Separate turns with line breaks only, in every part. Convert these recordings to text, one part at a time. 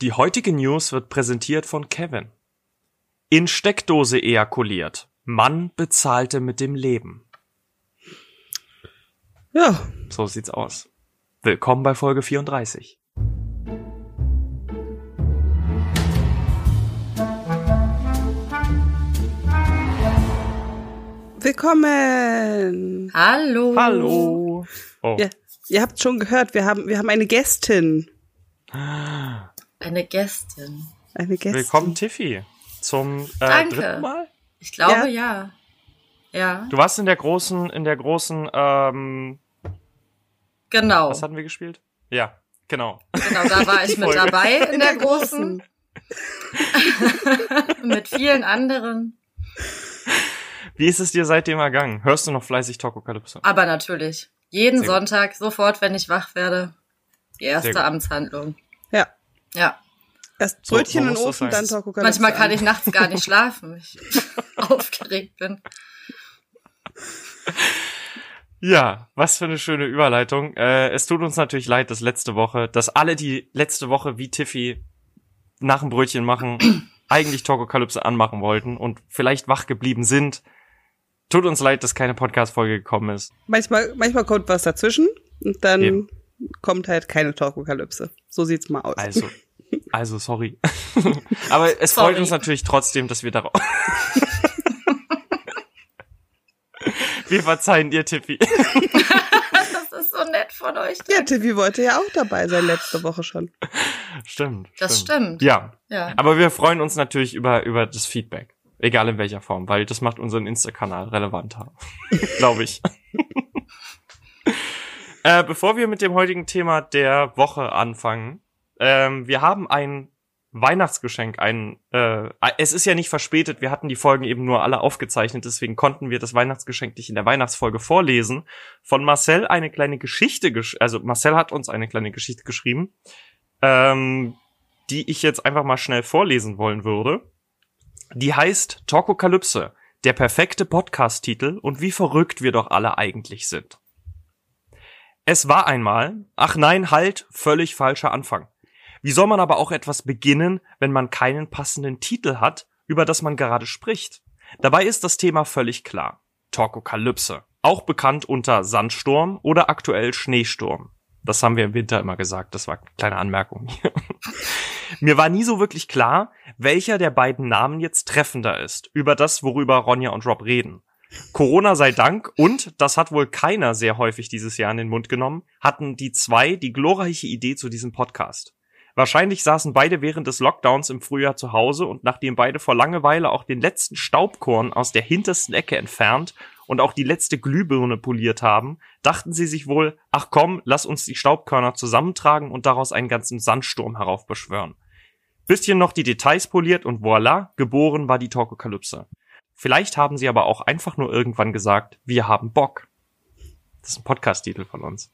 Die heutige News wird präsentiert von Kevin. In Steckdose ejakuliert. Mann bezahlte mit dem Leben.
Ja,
So sieht's aus. Willkommen bei Folge 34.
willkommen.
Hallo.
Hallo. Oh,
Ja, ihr habt schon gehört, wir haben, wir haben eine Gästin.
Eine Gästin.
Eine Gästin.
willkommen Tiffy zum äh,
Danke.
dritten Mal.
Ich glaube ja. Ja,
Du warst in der großen, in der großen, ähm,
genau.
was hatten wir gespielt? Ja, genau.
Genau, da war ich mit
Folge.
dabei in, der, großen. mit vielen anderen.
Wie ist es dir seitdem ergangen? Hörst du noch fleißig Tokokalypse?
Aber natürlich. Jeden
Sehr gut.
Sonntag, sofort, wenn ich wach werde. Die
Sehr
erste
gut.
Amtshandlung.
Ja.
Ja.
Erst
So-
Brötchen
so
in den
muss das
Ofen,
sein.
dann Tokokalypse.
Manchmal kann
an.
ich nachts gar nicht schlafen, weil ich aufgeregt bin.
Ja, was für eine schöne Überleitung. Äh, es tut uns natürlich leid, dass letzte Woche, dass alle, die letzte Woche wie Tiffy nach dem Brötchen machen, eigentlich Tokokalypse anmachen wollten und vielleicht wach geblieben sind. Tut uns leid, dass keine Podcast-Folge gekommen ist.
Manchmal, manchmal kommt was dazwischen und dann
Eben.
kommt halt keine Tokokalypse. So sieht's mal aus.
Also, also sorry. Aber es
Sorry.
freut uns natürlich trotzdem, dass wir darauf. wir verzeihen dir, Tiffy.
Das ist so nett von euch.
Ja, Tiffy wollte ja auch dabei sein letzte Woche schon.
Stimmt.
Das stimmt.
Ja,
Ja.
Aber wir freuen uns natürlich über, über das Feedback. Egal in welcher Form, weil das macht unseren Insta-Kanal relevanter. Glaube ich. äh, bevor wir mit dem heutigen Thema der Woche anfangen, ähm, wir haben ein Weihnachtsgeschenk, ein, äh, es ist ja nicht verspätet, wir hatten die Folgen eben nur alle aufgezeichnet, deswegen konnten wir das Weihnachtsgeschenk nicht in der Weihnachtsfolge vorlesen. Von Marcel eine kleine Geschichte, gesch also Marcel hat uns eine kleine Geschichte geschrieben, ähm, die ich jetzt einfach mal schnell vorlesen wollen würde. Die heißt Tokokalypse, der perfekte Podcast-Titel und wie verrückt wir doch alle eigentlich sind. Es war einmal, ach nein, halt, völlig falscher Anfang. Wie soll man aber auch etwas beginnen, wenn man keinen passenden Titel hat, über das man gerade spricht? Dabei ist das Thema völlig klar. Tokokalypse, auch bekannt unter Sandsturm oder aktuell Schneesturm. Das haben wir im Winter immer gesagt, das war eine kleine Anmerkung. Mir war nie so wirklich klar, welcher der beiden Namen jetzt treffender ist, über das, worüber Ronja und Rob reden. Corona sei Dank und, das hat wohl keiner sehr häufig dieses Jahr in den Mund genommen, hatten die zwei die glorreiche Idee zu diesem Podcast. Wahrscheinlich saßen beide während des Lockdowns im Frühjahr zu Hause und nachdem beide vor Langeweile auch den letzten Staubkorn aus der hintersten Ecke entfernt und auch die letzte Glühbirne poliert haben, dachten sie sich wohl, ach komm, lass uns die Staubkörner zusammentragen und daraus einen ganzen Sandsturm heraufbeschwören. Bisschen noch die Details poliert und voilà, geboren war die Torkokalypse. Vielleicht haben sie aber auch einfach nur irgendwann gesagt, wir haben Bock. Das ist ein Podcast-Titel von uns.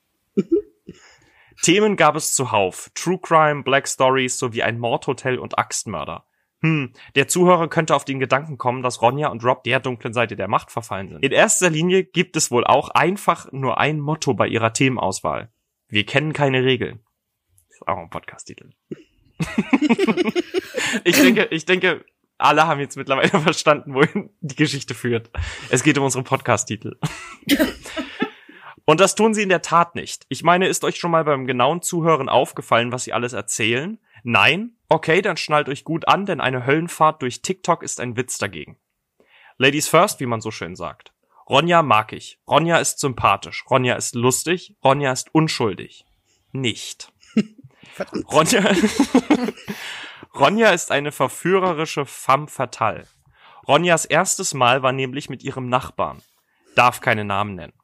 Themen gab es zuhauf. True Crime, Black Stories sowie ein Mordhotel und Axtmörder. Hm, der Zuhörer könnte auf den Gedanken kommen, dass Ronja und Rob der dunklen Seite der Macht verfallen sind. In erster Linie gibt es wohl auch einfach nur ein Motto bei ihrer Themenauswahl. Wir kennen keine Regeln. Das ist auch ein Podcast-Titel. ich denke, ich denke, alle haben jetzt mittlerweile verstanden, wohin die Geschichte führt. Es geht um unseren Podcast-Titel. Und das tun sie in der Tat nicht. Ich meine, ist euch schon mal beim genauen Zuhören aufgefallen, was sie alles erzählen? Nein? Okay, dann schnallt euch gut an, denn eine Höllenfahrt durch TikTok ist ein Witz dagegen. Ladies first, wie man so schön sagt. Ronja mag ich. Ronja ist sympathisch. Ronja ist lustig. Ronja ist unschuldig. Nicht.
Verdammt.
Ronja, Ronja ist eine verführerische femme fatale. Ronjas erstes Mal war nämlich mit ihrem Nachbarn. Darf keine Namen nennen.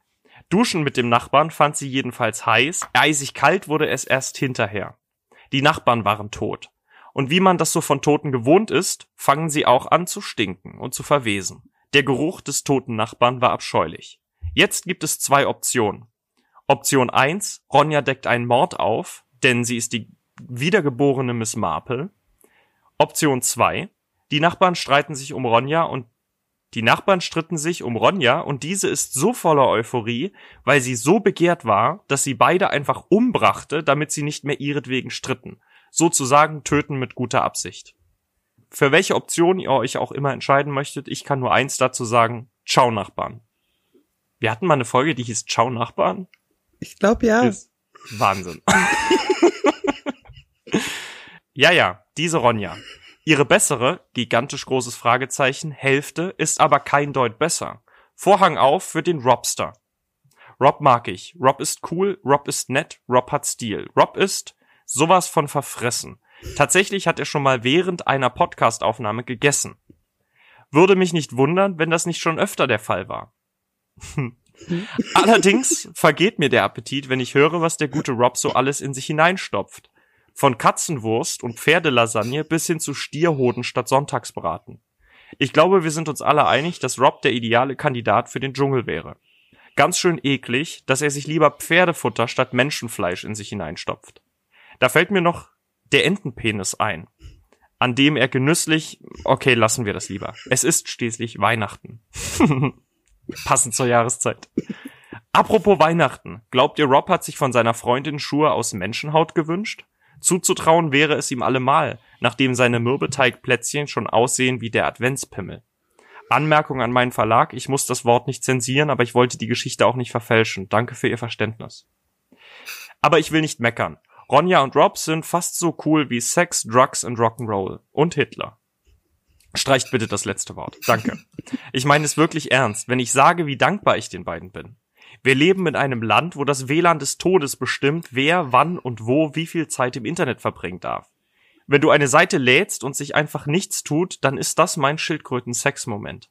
Duschen mit dem Nachbarn fand sie jedenfalls heiß, eisig kalt wurde es erst hinterher. Die Nachbarn waren tot. Und wie man das so von Toten gewohnt ist, fangen sie auch an zu stinken und zu verwesen. Der Geruch des toten Nachbarn war abscheulich. Jetzt gibt es zwei Optionen. Option 1, Ronja deckt einen Mord auf, denn sie ist die wiedergeborene Miss Marple. Option 2, die Nachbarn streiten sich um Ronja und die Nachbarn stritten sich um Ronja und diese ist so voller Euphorie, weil sie so begehrt war, dass sie beide einfach umbrachte, damit sie nicht mehr ihretwegen stritten. sozusagen töten mit guter Absicht. Für welche Option ihr euch auch immer entscheiden möchtet, ich kann nur eins dazu sagen, ciao Nachbarn. Wir hatten mal eine Folge, die hieß Ciao Nachbarn.
Ich glaube ja.
Ist Wahnsinn. ja, ja, diese Ronja. Ihre bessere, gigantisch großes Fragezeichen, Hälfte ist aber kein Deut besser. Vorhang auf für den Robster. Rob mag ich. Rob ist cool, Rob ist nett, Rob hat Stil. Rob ist sowas von verfressen. Tatsächlich hat er schon mal während einer Podcastaufnahme gegessen. Würde mich nicht wundern, wenn das nicht schon öfter der Fall war. Allerdings vergeht mir der Appetit, wenn ich höre, was der gute Rob so alles in sich hineinstopft. Von Katzenwurst und Pferdelasagne bis hin zu Stierhoden statt Sonntagsbraten. Ich glaube, wir sind uns alle einig, dass Rob der ideale Kandidat für den Dschungel wäre. Ganz schön eklig, dass er sich lieber Pferdefutter statt Menschenfleisch in sich hineinstopft. Da fällt mir noch der Entenpenis ein, an dem er genüsslich, okay, lassen wir das lieber. Es ist schließlich Weihnachten. Passend zur Jahreszeit. Apropos Weihnachten. Glaubt ihr, Rob hat sich von seiner Freundin Schuhe aus Menschenhaut gewünscht? Zuzutrauen wäre es ihm allemal, nachdem seine Mürbeteigplätzchen schon aussehen wie der Adventspimmel. Anmerkung an meinen Verlag, ich muss das Wort nicht zensieren, aber ich wollte die Geschichte auch nicht verfälschen. Danke für Ihr Verständnis. Aber ich will nicht meckern. Ronja und Rob sind fast so cool wie Sex, Drugs and Rock'n'Roll und Hitler. Streicht bitte das letzte Wort. Danke. Ich meine es wirklich ernst, wenn ich sage, wie dankbar ich den beiden bin. Wir leben in einem Land, wo das WLAN des Todes bestimmt, wer, wann und wo wie viel Zeit im Internet verbringen darf. Wenn du eine Seite lädst und sich einfach nichts tut, dann ist das mein Schildkröten-Sex-Moment.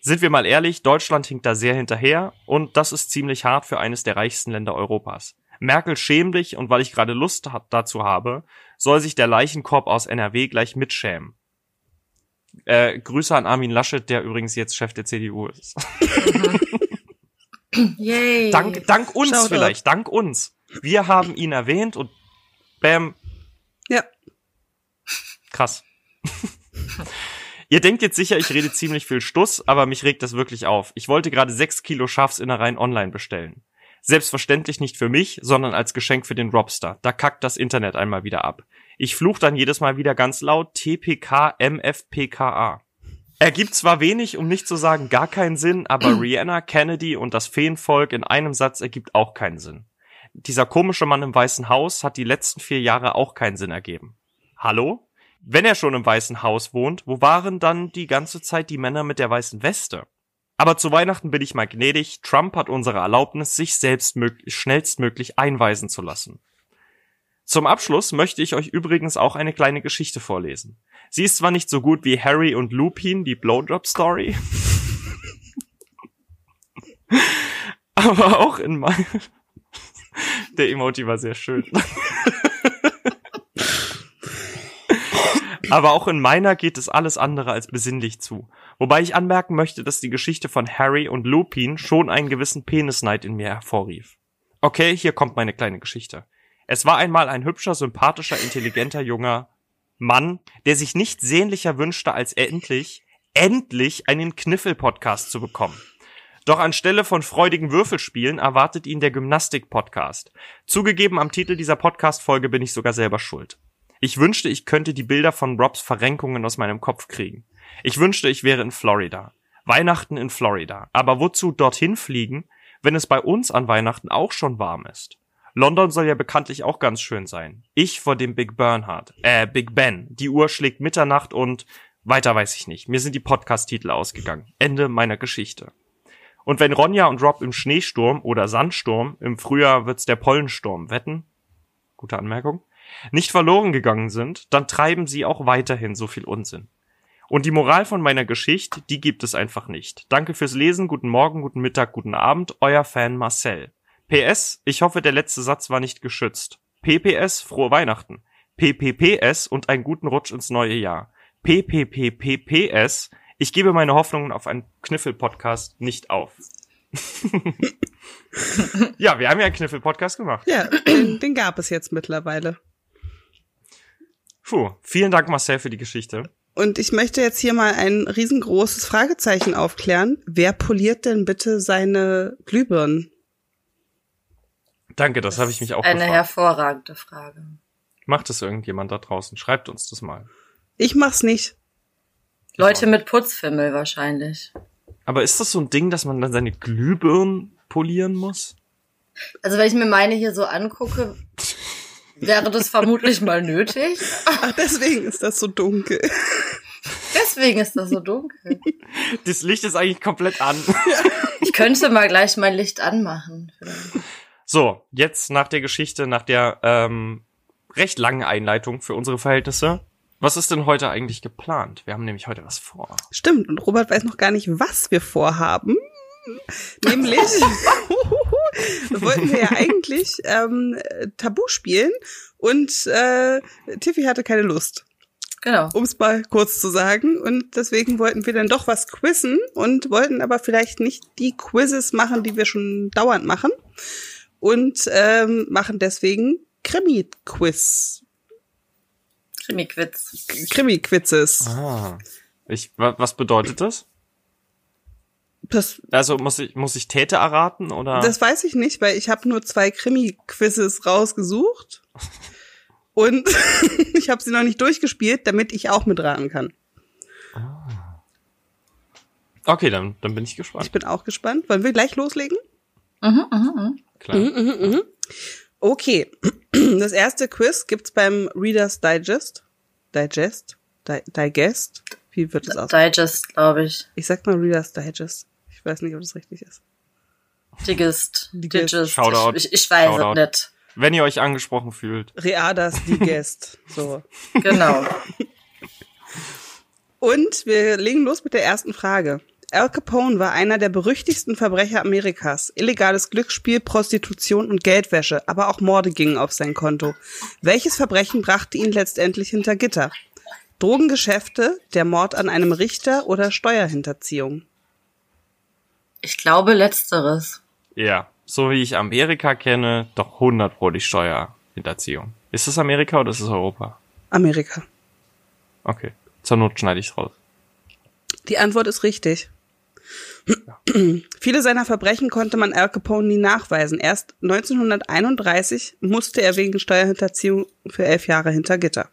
Sind wir mal ehrlich, Deutschland hinkt da sehr hinterher und das ist ziemlich hart für eines der reichsten Länder Europas. Merkel schäm dich und weil ich gerade Lust hat, dazu habe, soll sich der Leichenkorb aus NRW gleich mitschämen. Äh, Grüße an Armin Laschet, der übrigens jetzt Chef der CDU ist.
Yay.
Dank, dank uns
Shoutout.
vielleicht, dank uns. Wir haben ihn erwähnt und bam,
Ja.
krass. Ihr denkt jetzt sicher, ich rede ziemlich viel Stuss, aber mich regt das wirklich auf. Ich wollte gerade sechs Kilo Schafsinnereien online bestellen. Selbstverständlich nicht für mich, sondern als Geschenk für den Robster. Da kackt das Internet einmal wieder ab. Ich fluch dann jedes Mal wieder ganz laut TPK MFPKA. Ergibt zwar wenig, um nicht zu sagen gar keinen Sinn, aber Rihanna, Kennedy und das Feenvolk in einem Satz ergibt auch keinen Sinn. Dieser komische Mann im Weißen Haus hat die letzten vier Jahre auch keinen Sinn ergeben. Hallo? Wenn er schon im Weißen Haus wohnt, wo waren dann die ganze Zeit die Männer mit der weißen Weste? Aber zu Weihnachten bin ich mal gnädig. Trump hat unsere Erlaubnis, sich selbst mög- schnellstmöglich einweisen zu lassen. Zum Abschluss möchte ich euch übrigens auch eine kleine Geschichte vorlesen. Sie ist zwar nicht so gut wie Harry und Lupin, die Blowjob-Story, aber auch in meinem... Der Emoji war sehr schön. Aber auch in meiner geht es alles andere als besinnlich zu. Wobei ich anmerken möchte, dass die Geschichte von Harry und Lupin schon einen gewissen Penisneid in mir hervorrief. Okay, hier kommt meine kleine Geschichte. Es war einmal ein hübscher, sympathischer, intelligenter junger Mann, der sich nicht sehnlicher wünschte, als er endlich, endlich einen Kniffel-Podcast zu bekommen. Doch anstelle von freudigen Würfelspielen erwartet ihn der Gymnastik-Podcast. Zugegeben, am Titel dieser Podcast-Folge bin ich sogar selber schuld. Ich wünschte, ich könnte die Bilder von Robs Verrenkungen aus meinem Kopf kriegen. Ich wünschte, ich wäre in Florida. Weihnachten in Florida. Aber wozu dorthin fliegen, wenn es bei uns an Weihnachten auch schon warm ist? London soll ja bekanntlich auch ganz schön sein. Ich vor dem Big Bernhard. Äh, Big Ben. Die Uhr schlägt Mitternacht und weiter weiß ich nicht. Mir sind die Podcast-Titel ausgegangen. Ende meiner Geschichte. Und wenn Ronja und Rob im Schneesturm oder Sandsturm, im Frühjahr wird's der Pollensturm, wetten? Gute Anmerkung. Nicht verloren gegangen sind, dann treiben sie auch weiterhin so viel Unsinn. Und die Moral von meiner Geschichte, die gibt es einfach nicht. Danke fürs Lesen, guten Morgen, guten Mittag, guten Abend, euer Fan Marcel. PS, ich hoffe, der letzte Satz war nicht geschützt. PPS, frohe Weihnachten. PPPS und einen guten Rutsch ins neue Jahr. PPPPPS, ich gebe meine Hoffnungen auf einen Kniffel-Podcast nicht auf. ja, wir haben ja einen Kniffel-Podcast gemacht.
Ja, den, den gab es jetzt mittlerweile.
Puh, vielen Dank Marcel für die Geschichte.
Und ich möchte jetzt hier mal ein riesengroßes Fragezeichen aufklären. Wer poliert denn bitte seine Glühbirnen?
Danke, das, habe ich mich auch
Eine
gefragt.
hervorragende Frage.
Macht es irgendjemand da draußen? Schreibt uns das mal.
Ich mach's nicht.
Leute mit Putzfimmel wahrscheinlich.
Aber ist das so ein Ding, dass man dann seine Glühbirnen polieren muss?
Also wenn ich mir meine hier so angucke, wäre das vermutlich mal nötig.
Ach, deswegen ist das so dunkel.
Deswegen ist das so dunkel.
Das Licht ist eigentlich komplett an.
Ich könnte mal gleich mein Licht anmachen.
So, jetzt nach der Geschichte, nach der ähm, recht langen Einleitung für unsere Verhältnisse. Was ist denn heute eigentlich geplant? Wir haben nämlich heute was vor.
Stimmt, und Robert weiß noch gar nicht, was wir vorhaben. Nämlich wollten wir ja eigentlich ähm, Tabu spielen und äh, Tiffy hatte keine Lust,
Genau.
um es mal kurz zu sagen. Und deswegen wollten wir dann doch was quizzen und wollten aber vielleicht nicht die Quizzes machen, die wir schon dauernd machen. Und ähm, machen deswegen Krimi-Quiz.
Krimi-Quiz.
Krimi-Quizzes.
Ah. Ich, wa- was bedeutet das?
Das
Also muss ich, muss ich Täter erraten oder?
Das weiß ich nicht, weil ich habe nur zwei Krimi-Quizzes rausgesucht. Und ich habe sie noch nicht durchgespielt, damit ich auch mitraten kann.
okay, dann, dann bin ich
Ich
gespannt.
bin auch gespannt. Wollen wir gleich loslegen?
Mhm, mhm, mhm.
Klar.
Okay. Das erste Quiz gibt's beim Reader's Digest. Digest? Di Digest? Wie wird es aus?
Digest, glaube ich.
Ich sag mal Reader's Digest. Ich weiß nicht, ob das richtig ist.
Digest.
Digest.
Digest.
Shoutout.
Ich, ich weiß
Shoutout.
es nicht.
Wenn ihr euch angesprochen fühlt.
Readas Digest. So.
Genau.
Und wir legen los mit der ersten Frage. Al Capone war einer der berüchtigsten Verbrecher Amerikas. Illegales Glücksspiel, Prostitution und Geldwäsche, aber auch Morde gingen auf sein Konto. Welches Verbrechen brachte ihn letztendlich hinter Gitter? Drogengeschäfte, der Mord an einem Richter oder Steuerhinterziehung?
Ich glaube letzteres.
Ja. So wie ich Amerika kenne, doch 100 Pro die Steuerhinterziehung. Ist es Amerika oder ist es Europa?
Amerika.
Okay. Zur Not schneide ich raus.
Die Antwort ist richtig. Viele seiner Verbrechen konnte man Al Capone nie nachweisen. Erst 1931 musste er wegen Steuerhinterziehung für elf Jahre hinter Gitter.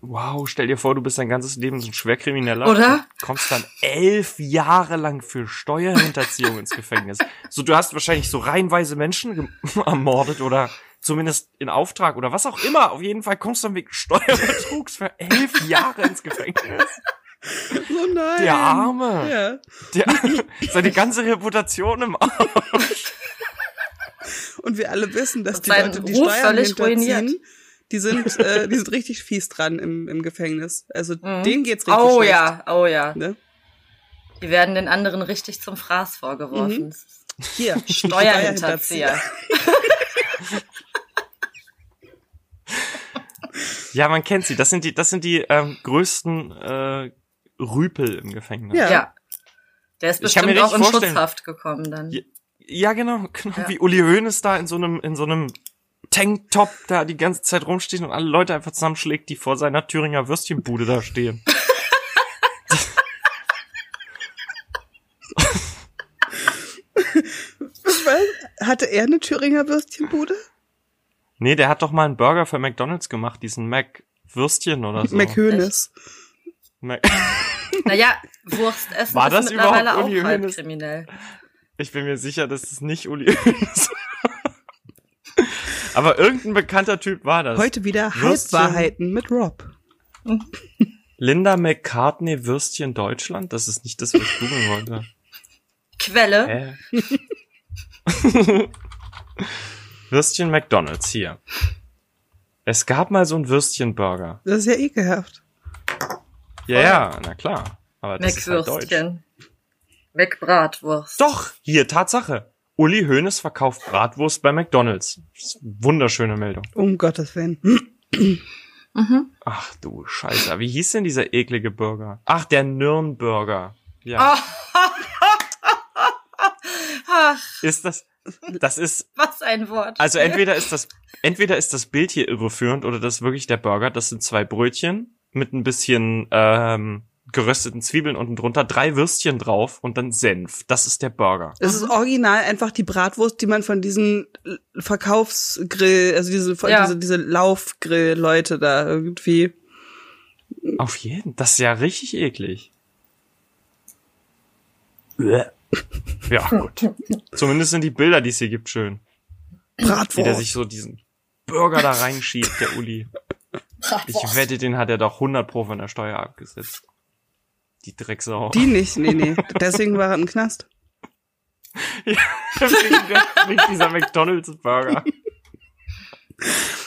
Wow, stell dir vor, du bist dein ganzes Leben so ein Schwerkrimineller.
Oder?
und Kommst dann elf Jahre lang für Steuerhinterziehung ins Gefängnis. So, du hast wahrscheinlich so reihenweise Menschen gem- ermordet oder zumindest in Auftrag oder was auch immer. Auf jeden Fall kommst du dann wegen Steuerbetrugs für elf Jahre ins Gefängnis.
Oh nein.
Der Arme.
Ja.
Der, seine ganze Reputation im Arsch.
Und wir alle wissen, dass
Und
die
sein
Leute, die
Ruf
Steuern
völlig ruiniert.
hinterziehen, die sind, äh, die sind richtig fies dran im, im Gefängnis. Also
Mhm.
denen geht's richtig
Oh
schlecht.
ja, oh ja.
Ne?
Die werden den anderen richtig zum Fraß vorgeworfen.
Mhm. Hier,
Steuerhinterzieher.
Ja, man kennt sie. Das sind die, das sind die ähm, größten äh, Rüpel im Gefängnis.
Ja.
Ja. Der ist
Ich kann mir
bestimmt auch in
richtig vorstellen-
Schutzhaft gekommen dann.
Ja. Ja, genau, genau.
Ja.
Wie Uli Hoeneß da in so einem, in so einem Tanktop da die ganze Zeit rumsteht und alle Leute einfach zusammenschlägt, die vor seiner Thüringer Würstchenbude da stehen.
Weil, hatte er eine Thüringer Würstchenbude?
Nee, der hat doch mal einen Burger für McDonalds gemacht, diesen Mac Würstchen oder so.
McHönes.
Mac
Naja, Wurst essen
War
ist
das
mittlerweile
überhaupt
auch
Uli
halb
Hoeneß?
kriminell.
ich bin mir sicher, dass es nicht Uli Hoeneß war. Aber irgendein bekannter Typ war das.
Heute wieder
Würstchen.
Halbwahrheiten mit Rob.
Linda McCartney Würstchen Deutschland? Das ist nicht das, was ich googeln wollte.
Quelle.
Hä? Würstchen McDonalds hier. Es gab mal so einen Würstchenburger.
Das ist ja ekelhaft.
Ja, ja, na klar. Aber das ist halt deutsch.
Meck-Würstchen. Meck-Bratwurst.
Doch, hier, Tatsache. Uli Hoeneß verkauft Bratwurst bei McDonalds. Das ist eine Wunderschöne Meldung.
Um Gottes Willen.
Mhm.
Ach du Scheiße. Wie hieß denn dieser eklige Burger? Ach, der Nürnberger.
Ah.
Ja.
Oh. Ach,
Ist das, das ist,
was ein Wort.
Also entweder ist das, entweder ist das Bild hier irreführend oder das ist wirklich der Burger. Das sind zwei Brötchen mit ein bisschen ähm, gerösteten Zwiebeln unten drunter, drei Würstchen drauf und dann Senf. Das ist der Burger.
Es ist original einfach die Bratwurst, die man von diesen Verkaufsgrill, also diese, von
Ja.
diese, diese Laufgrill-Leute da irgendwie.
Auf jeden. Das ist ja richtig eklig. Ja, gut. Zumindest sind die Bilder, die es hier gibt, schön. Wie der
Bratwurst.
sich so diesen Burger da reinschiebt, der Uli. Ich wette, den hat er doch 100 Pro von der Steuer abgesetzt. Die Drecksau.
Die nicht, nee, nee. Deswegen war er im Knast.
Nicht dieser McDonalds-Burger.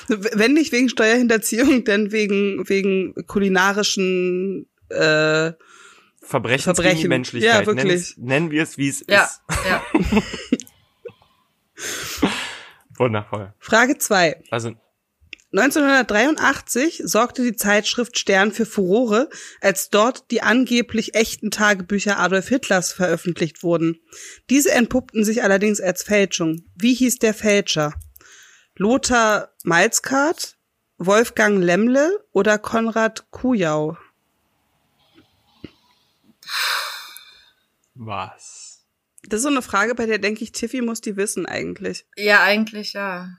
Wenn nicht wegen Steuerhinterziehung, dann wegen, wegen kulinarischen, äh,
Verbrechen,
Verbrechen.
gegen die Menschlichkeit.
Ja, wirklich.
Nennen, es- nennen wir es, wie es
Ja,
ist.
ja.
Wundervoll.
Frage zwei.
Also,
1983 sorgte die Zeitschrift Stern für Furore, als dort die angeblich echten Tagebücher Adolf Hitlers veröffentlicht wurden. Diese entpuppten sich allerdings als Fälschung. Wie hieß der Fälscher? Lothar Malzkart, Wolfgang Lemmle oder Konrad Kujau?
was?
Das ist so eine Frage, bei der denke ich, Tiffy muss die wissen eigentlich.
Ja, eigentlich ja.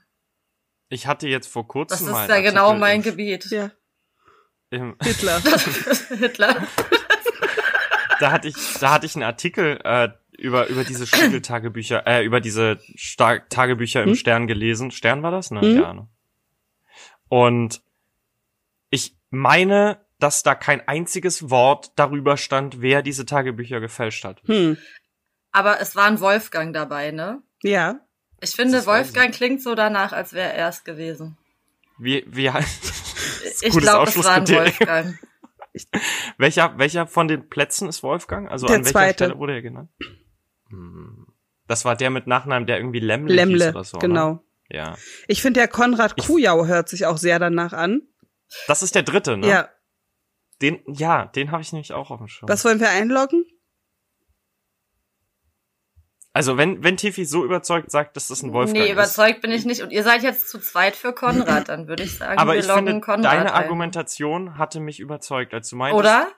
Ich hatte jetzt vor
Das
kurzem
ist
mal einen
ja genau
Artikel
mein
im-
Gebiet.
Ja,
im,
Hitler.
Hitler.
da hatte ich, da hatte ich einen Artikel äh, über über diese Spiegeltagebücher, äh, über diese Sta Tagebücher im
Hm?
Stern gelesen. Stern war das, ne?
Hm?
Keine Ahnung. Und ich meine, dass da kein einziges Wort darüber stand, wer diese Tagebücher gefälscht hat.
Hm.
Aber es war ein Wolfgang dabei, ne?
Ja.
Ich finde,
Das weiß
Wolfgang klingt so danach, als wäre er es gewesen.
Wie, wie,
Ich
gutes
glaube, es war ein
Ausschlusskriterium.
Wolfgang.
welcher, welcher von den Plätzen ist Wolfgang? Also
Der
an welcher
zweite.
Stelle wurde er genannt? Hm. Das war der mit Nachnamen, der irgendwie Lemle, hieß
Lemmle,
oder so.
genau.
Ne? Ja.
Ich finde, der Konrad
Ich-
Kujau hört sich auch sehr danach an.
Das ist der dritte, ne?
Ja.
Den, ja, den habe ich nämlich auch auf dem Schirm.
Was wollen wir einloggen?
Also wenn, wenn Tiffy so überzeugt sagt, dass das ein Wolfgang
nee, überzeugt bin ich nicht. Und ihr seid jetzt zu zweit für Konrad, dann würde ich
ist.
sagen,
Aber
wir
ich
loggen
finde,
Konrad
deine
ein.
Argumentation hatte mich überzeugt, als du meintest,
Oder?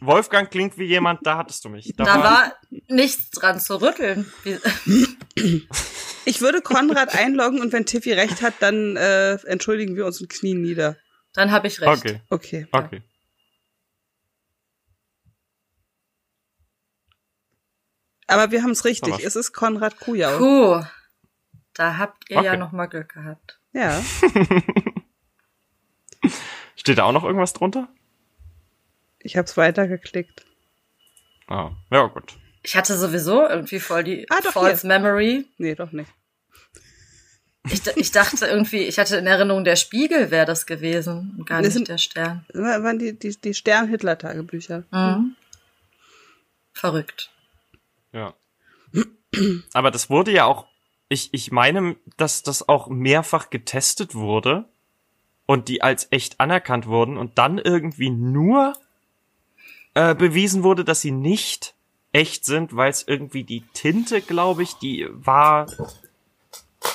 Wolfgang klingt wie jemand, da hattest du mich. Da
Da
war,
war nichts dran zu rütteln. Wie,
Ich würde Konrad einloggen und wenn Tiffy recht hat, dann äh, entschuldigen wir uns und knien nieder.
dann habe ich recht.
Okay,
Okay.
okay.
Aber wir haben es richtig.
Aber-
Es ist Konrad Kujau.
Puh, da habt ihr ja
Okay.
noch mal Glück gehabt.
ja.
Steht da auch noch irgendwas drunter?
Ich habe es weitergeklickt.
Ah, ja gut.
Ich hatte sowieso irgendwie voll die
Ah, doch,
False Memory.
Nee, doch nicht.
Ich, d- ich dachte irgendwie, ich hatte in Erinnerung, der Spiegel wäre das gewesen und gar
Das
nicht
sind-
der Stern.
Das waren die, die, die Stern-Hitler-Tagebücher.
Mhm. Verrückt.
Ja. Aber das wurde ja auch, ich, ich meine, dass das auch mehrfach getestet wurde und die als echt anerkannt wurden und dann irgendwie nur äh, bewiesen wurde, dass sie nicht echt sind, weil es irgendwie die Tinte, glaube ich, die war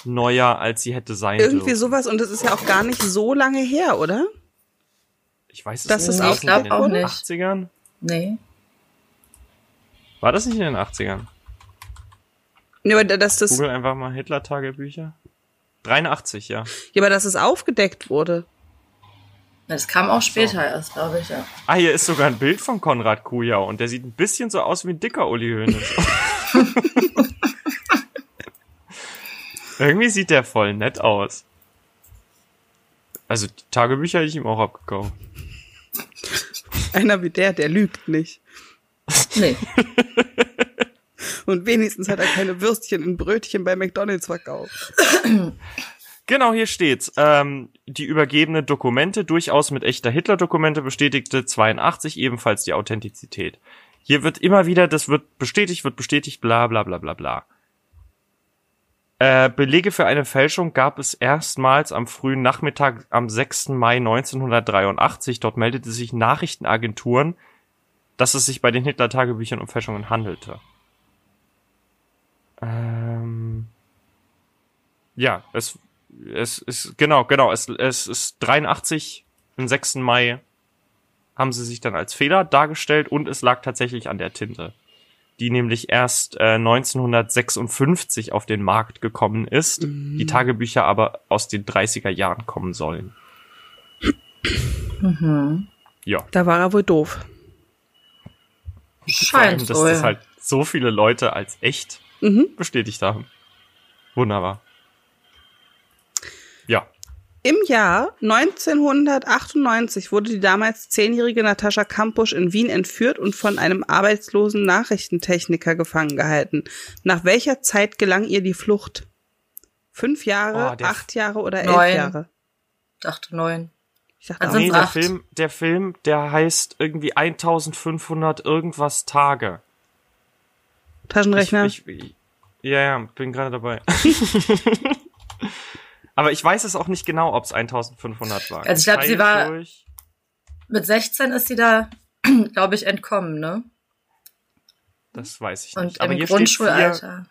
neuer, als sie hätte sein
Irgendwie
dürfen.
sowas. Und es ist ja auch gar nicht so lange her, oder?
Ich weiß es
das
nicht.
ist
War
auch-
das nicht in
ich
den
glaub auch nicht.
80ern?
Nee.
War das nicht in den 80ern?
Ja, aber dass das, ja,
Google einfach mal Hitler-Tagebücher. 83, ja.
aber dass es aufgedeckt wurde.
Ja, Das kam auch später erst, glaube ich, ja.
Ah, hier ist sogar ein Bild von Konrad Kujau und der sieht ein bisschen so aus wie ein dicker Uli Hoeneß. Irgendwie sieht der voll nett aus. Also die Tagebücher hätte ich ihm auch abgekauft.
Einer wie der, der lügt nicht.
Nee.
Und wenigstens hat er keine Würstchen in Brötchen bei McDonalds verkauft.
Genau, hier steht's. Ähm, die übergebene Dokumente, durchaus mit echter Hitler-Dokumente, bestätigte 82 ebenfalls die Authentizität. Hier wird immer wieder, das wird bestätigt, wird bestätigt, bla bla bla bla bla. Äh, Belege für eine Fälschung gab es erstmals am frühen Nachmittag am 6. Mai 1983. Dort meldete sich Nachrichtenagenturen, dass es sich bei den Hitler-Tagebüchern um Fälschungen handelte. Ähm, ja, es, es ist, genau, genau, es, es ist 83, am 6. Mai haben sie sich dann als Fehler dargestellt und es lag tatsächlich an der Tinte, die nämlich erst äh, 1956 auf den Markt gekommen ist, die Tagebücher aber aus den 30er Jahren kommen sollen.
Mhm.
Ja,
Da war er wohl doof.
vor allem,
Scheint
dass
so.
das
ja.
halt so viele Leute als echt
Mhm.
bestätigt haben. Wunderbar. Ja.
Im Jahr 1998 wurde die damals zehnjährige Natascha Kampusch in Wien entführt und von einem arbeitslosen Nachrichtentechniker gefangen gehalten. Nach welcher Zeit gelang ihr die Flucht? Fünf Jahre,
Oh, der-
acht Jahre oder elf
Neun.
Jahre?
Dachte neun.
Ich dachte
Also-
auch,
Nee, der
acht.
Film, der Film, der heißt irgendwie 1500 irgendwas Tage.
Taschenrechner.
Ich, ich, ja, ja, bin gerade dabei. Aber ich weiß es auch nicht genau, ob es 1500 war.
Also ich glaub, sie
Teil
war-
durch-
Mit 16 ist sie da, glaube ich, entkommen, ne?
Das weiß ich
Und
nicht. Aber
im
hier steht vier-
Grundschulalter.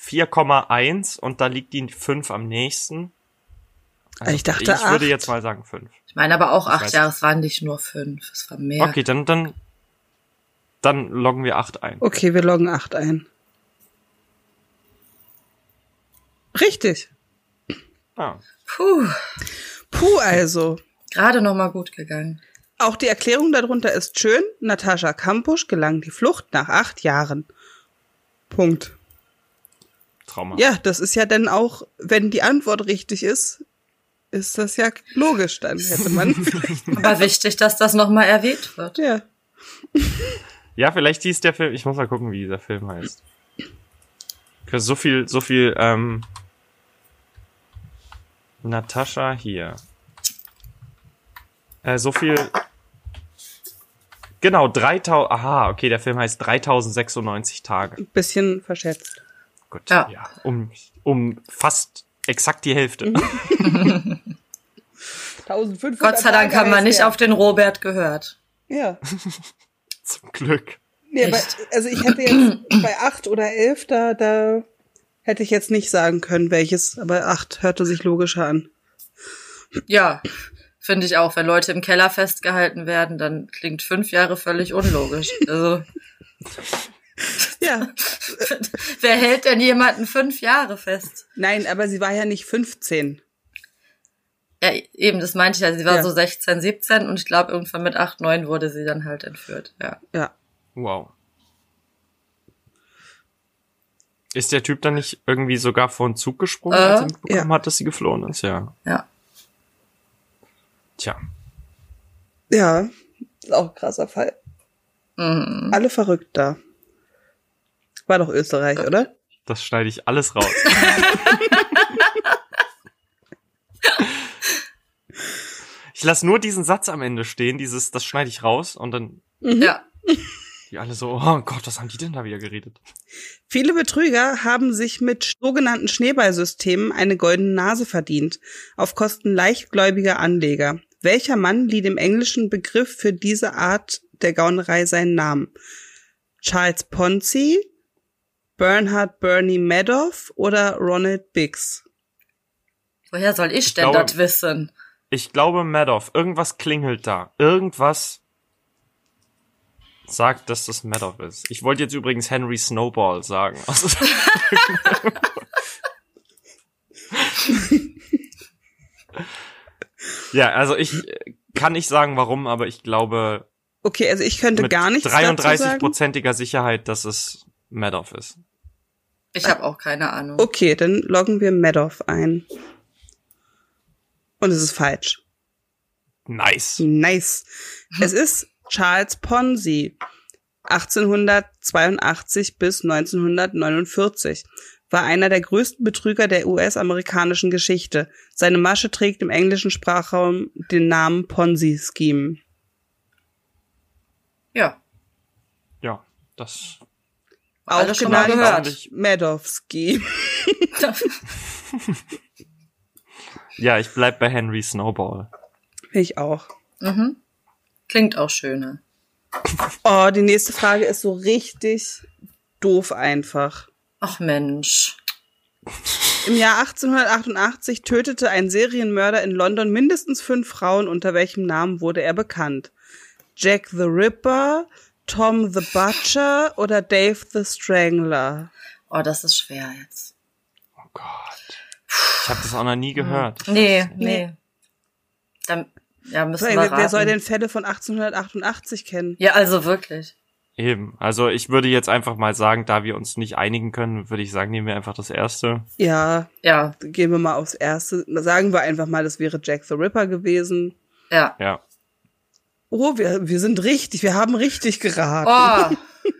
4,1 und da liegt die 5 am nächsten. Also
Ich dachte
Ich würde
acht.
jetzt mal sagen 5.
Ich meine aber auch acht
weiß
Jahre, es waren nicht nur fünf, es waren mehr.
Okay, dann, dann, dann loggen wir 8 ein.
Okay, wir loggen acht ein. Richtig.
Ah.
Puh,
Puh, also.
gerade noch mal gut gegangen.
Auch die Erklärung darunter ist schön. Natascha Kampusch gelang die Flucht nach acht Jahren. Punkt.
Trauma.
Ja, das ist ja dann auch, wenn die Antwort richtig ist, ist das ja logisch. Dann hätte man vielleicht,
Aber wichtig, dass das noch mal erwähnt wird.
ja.
Ja, vielleicht hieß der Film. Ich muss mal gucken, wie dieser Film heißt. Okay, So viel, so viel, ähm. Natascha hier. Äh, so viel. Genau, 3000. Aha, okay, der Film heißt 3096 Tage.
ein bisschen verschätzt.
Gut, ja.
Ja.
um, um fast exakt die Hälfte.
1500
Gott sei Dank haben wir
Tage
nicht
heißt
auf den Robert gehört.
der. Ja.
Zum Glück.
Nee, aber,
Echt?
also ich hätte jetzt bei acht oder elf, da, da hätte ich jetzt nicht sagen können, welches, aber acht hörte sich logischer an.
Ja, finde ich auch. Wenn Leute im Keller festgehalten werden, dann klingt fünf Jahre völlig unlogisch. Also,
Ja.
wer hält denn jemanden fünf Jahre fest?
Nein, aber sie war ja nicht 15.
Ja, eben, das meinte ich ja. Sie war
Ja.
so 16, 17 und ich glaube, irgendwann mit 8, 9 wurde sie dann halt entführt. Ja.
Ja.
Wow. Ist der Typ dann nicht irgendwie sogar vor einen Zug gesprungen,
Äh,
als er mitbekommen
ja.
hat, dass sie geflohen ist? Ja.
Ja.
Tja.
Ja. Ist auch ein krasser Fall.
Mhm.
Alle verrückt da. War doch Österreich, oder?
Das schneide ich alles raus. ich lasse nur diesen Satz am Ende stehen, dieses, das schneide ich raus und dann
Also,
Ja.
die alle so, oh Gott, was haben die denn da wieder geredet?
Viele Betrüger haben sich mit sogenannten Schneeballsystemen eine goldene Nase verdient, auf Kosten leichtgläubiger Anleger. Welcher Mann lieh dem englischen Begriff für diese Art der Gaunerei seinen Namen? Charles Ponzi, Bernhard Bernie Madoff oder Ronald Biggs?
Woher soll ich denn
glaube-
das wissen?
Ich glaube, Madoff, irgendwas klingelt da. Irgendwas sagt, dass das Madoff ist. Ich wollte jetzt übrigens Henry Snowball sagen. Also, ja, also ich äh, kann nicht sagen, warum, aber ich glaube,
Okay, also ich könnte
mit
gar nichts dazu sagen.
33-prozentiger Sicherheit, dass es Madoff ist.
Ich habe auch keine Ahnung.
Okay, dann loggen wir Madoff ein. Und es ist falsch.
Nice.
Hm. Nice. Es ist Charles Ponzi, 1882 bis 1949, war einer der größten Betrüger der US-amerikanischen Geschichte. Seine Masche trägt im englischen Sprachraum den Namen Ponzi-Scheme.
Ja.
Ja, das.
Auch
Alles schon mal
genannt
gehört.
Madoff-Scheme.
Ja, ich bleib bei Henry Snowball.
Ich auch.
mhm. Klingt auch schöner.
Oh, die nächste Frage ist so richtig doof einfach.
Ach Mensch.
Im Jahr 1888 tötete ein Serienmörder in London mindestens fünf Frauen, unter welchem Namen wurde er bekannt. Jack the Ripper, Tom the Butcher oder Dave the Strangler?
Oh, das ist schwer jetzt.
Oh Gott. Ich habe das auch noch nie gehört.
Nee, nee. Dann, ja, müssen
Wer,
wir raten.
wer soll denn Fälle von 1888 kennen?
Ja, also wirklich.
Eben. Also ich würde jetzt einfach mal sagen, da wir uns nicht einigen können, würde ich sagen, nehmen wir einfach das erste.
Ja,
Ja,
gehen wir mal aufs erste. Sagen wir einfach mal, das wäre Jack the Ripper gewesen.
ja.
Ja.
Oh, wir, wir sind richtig, wir haben richtig geraten.
Oh,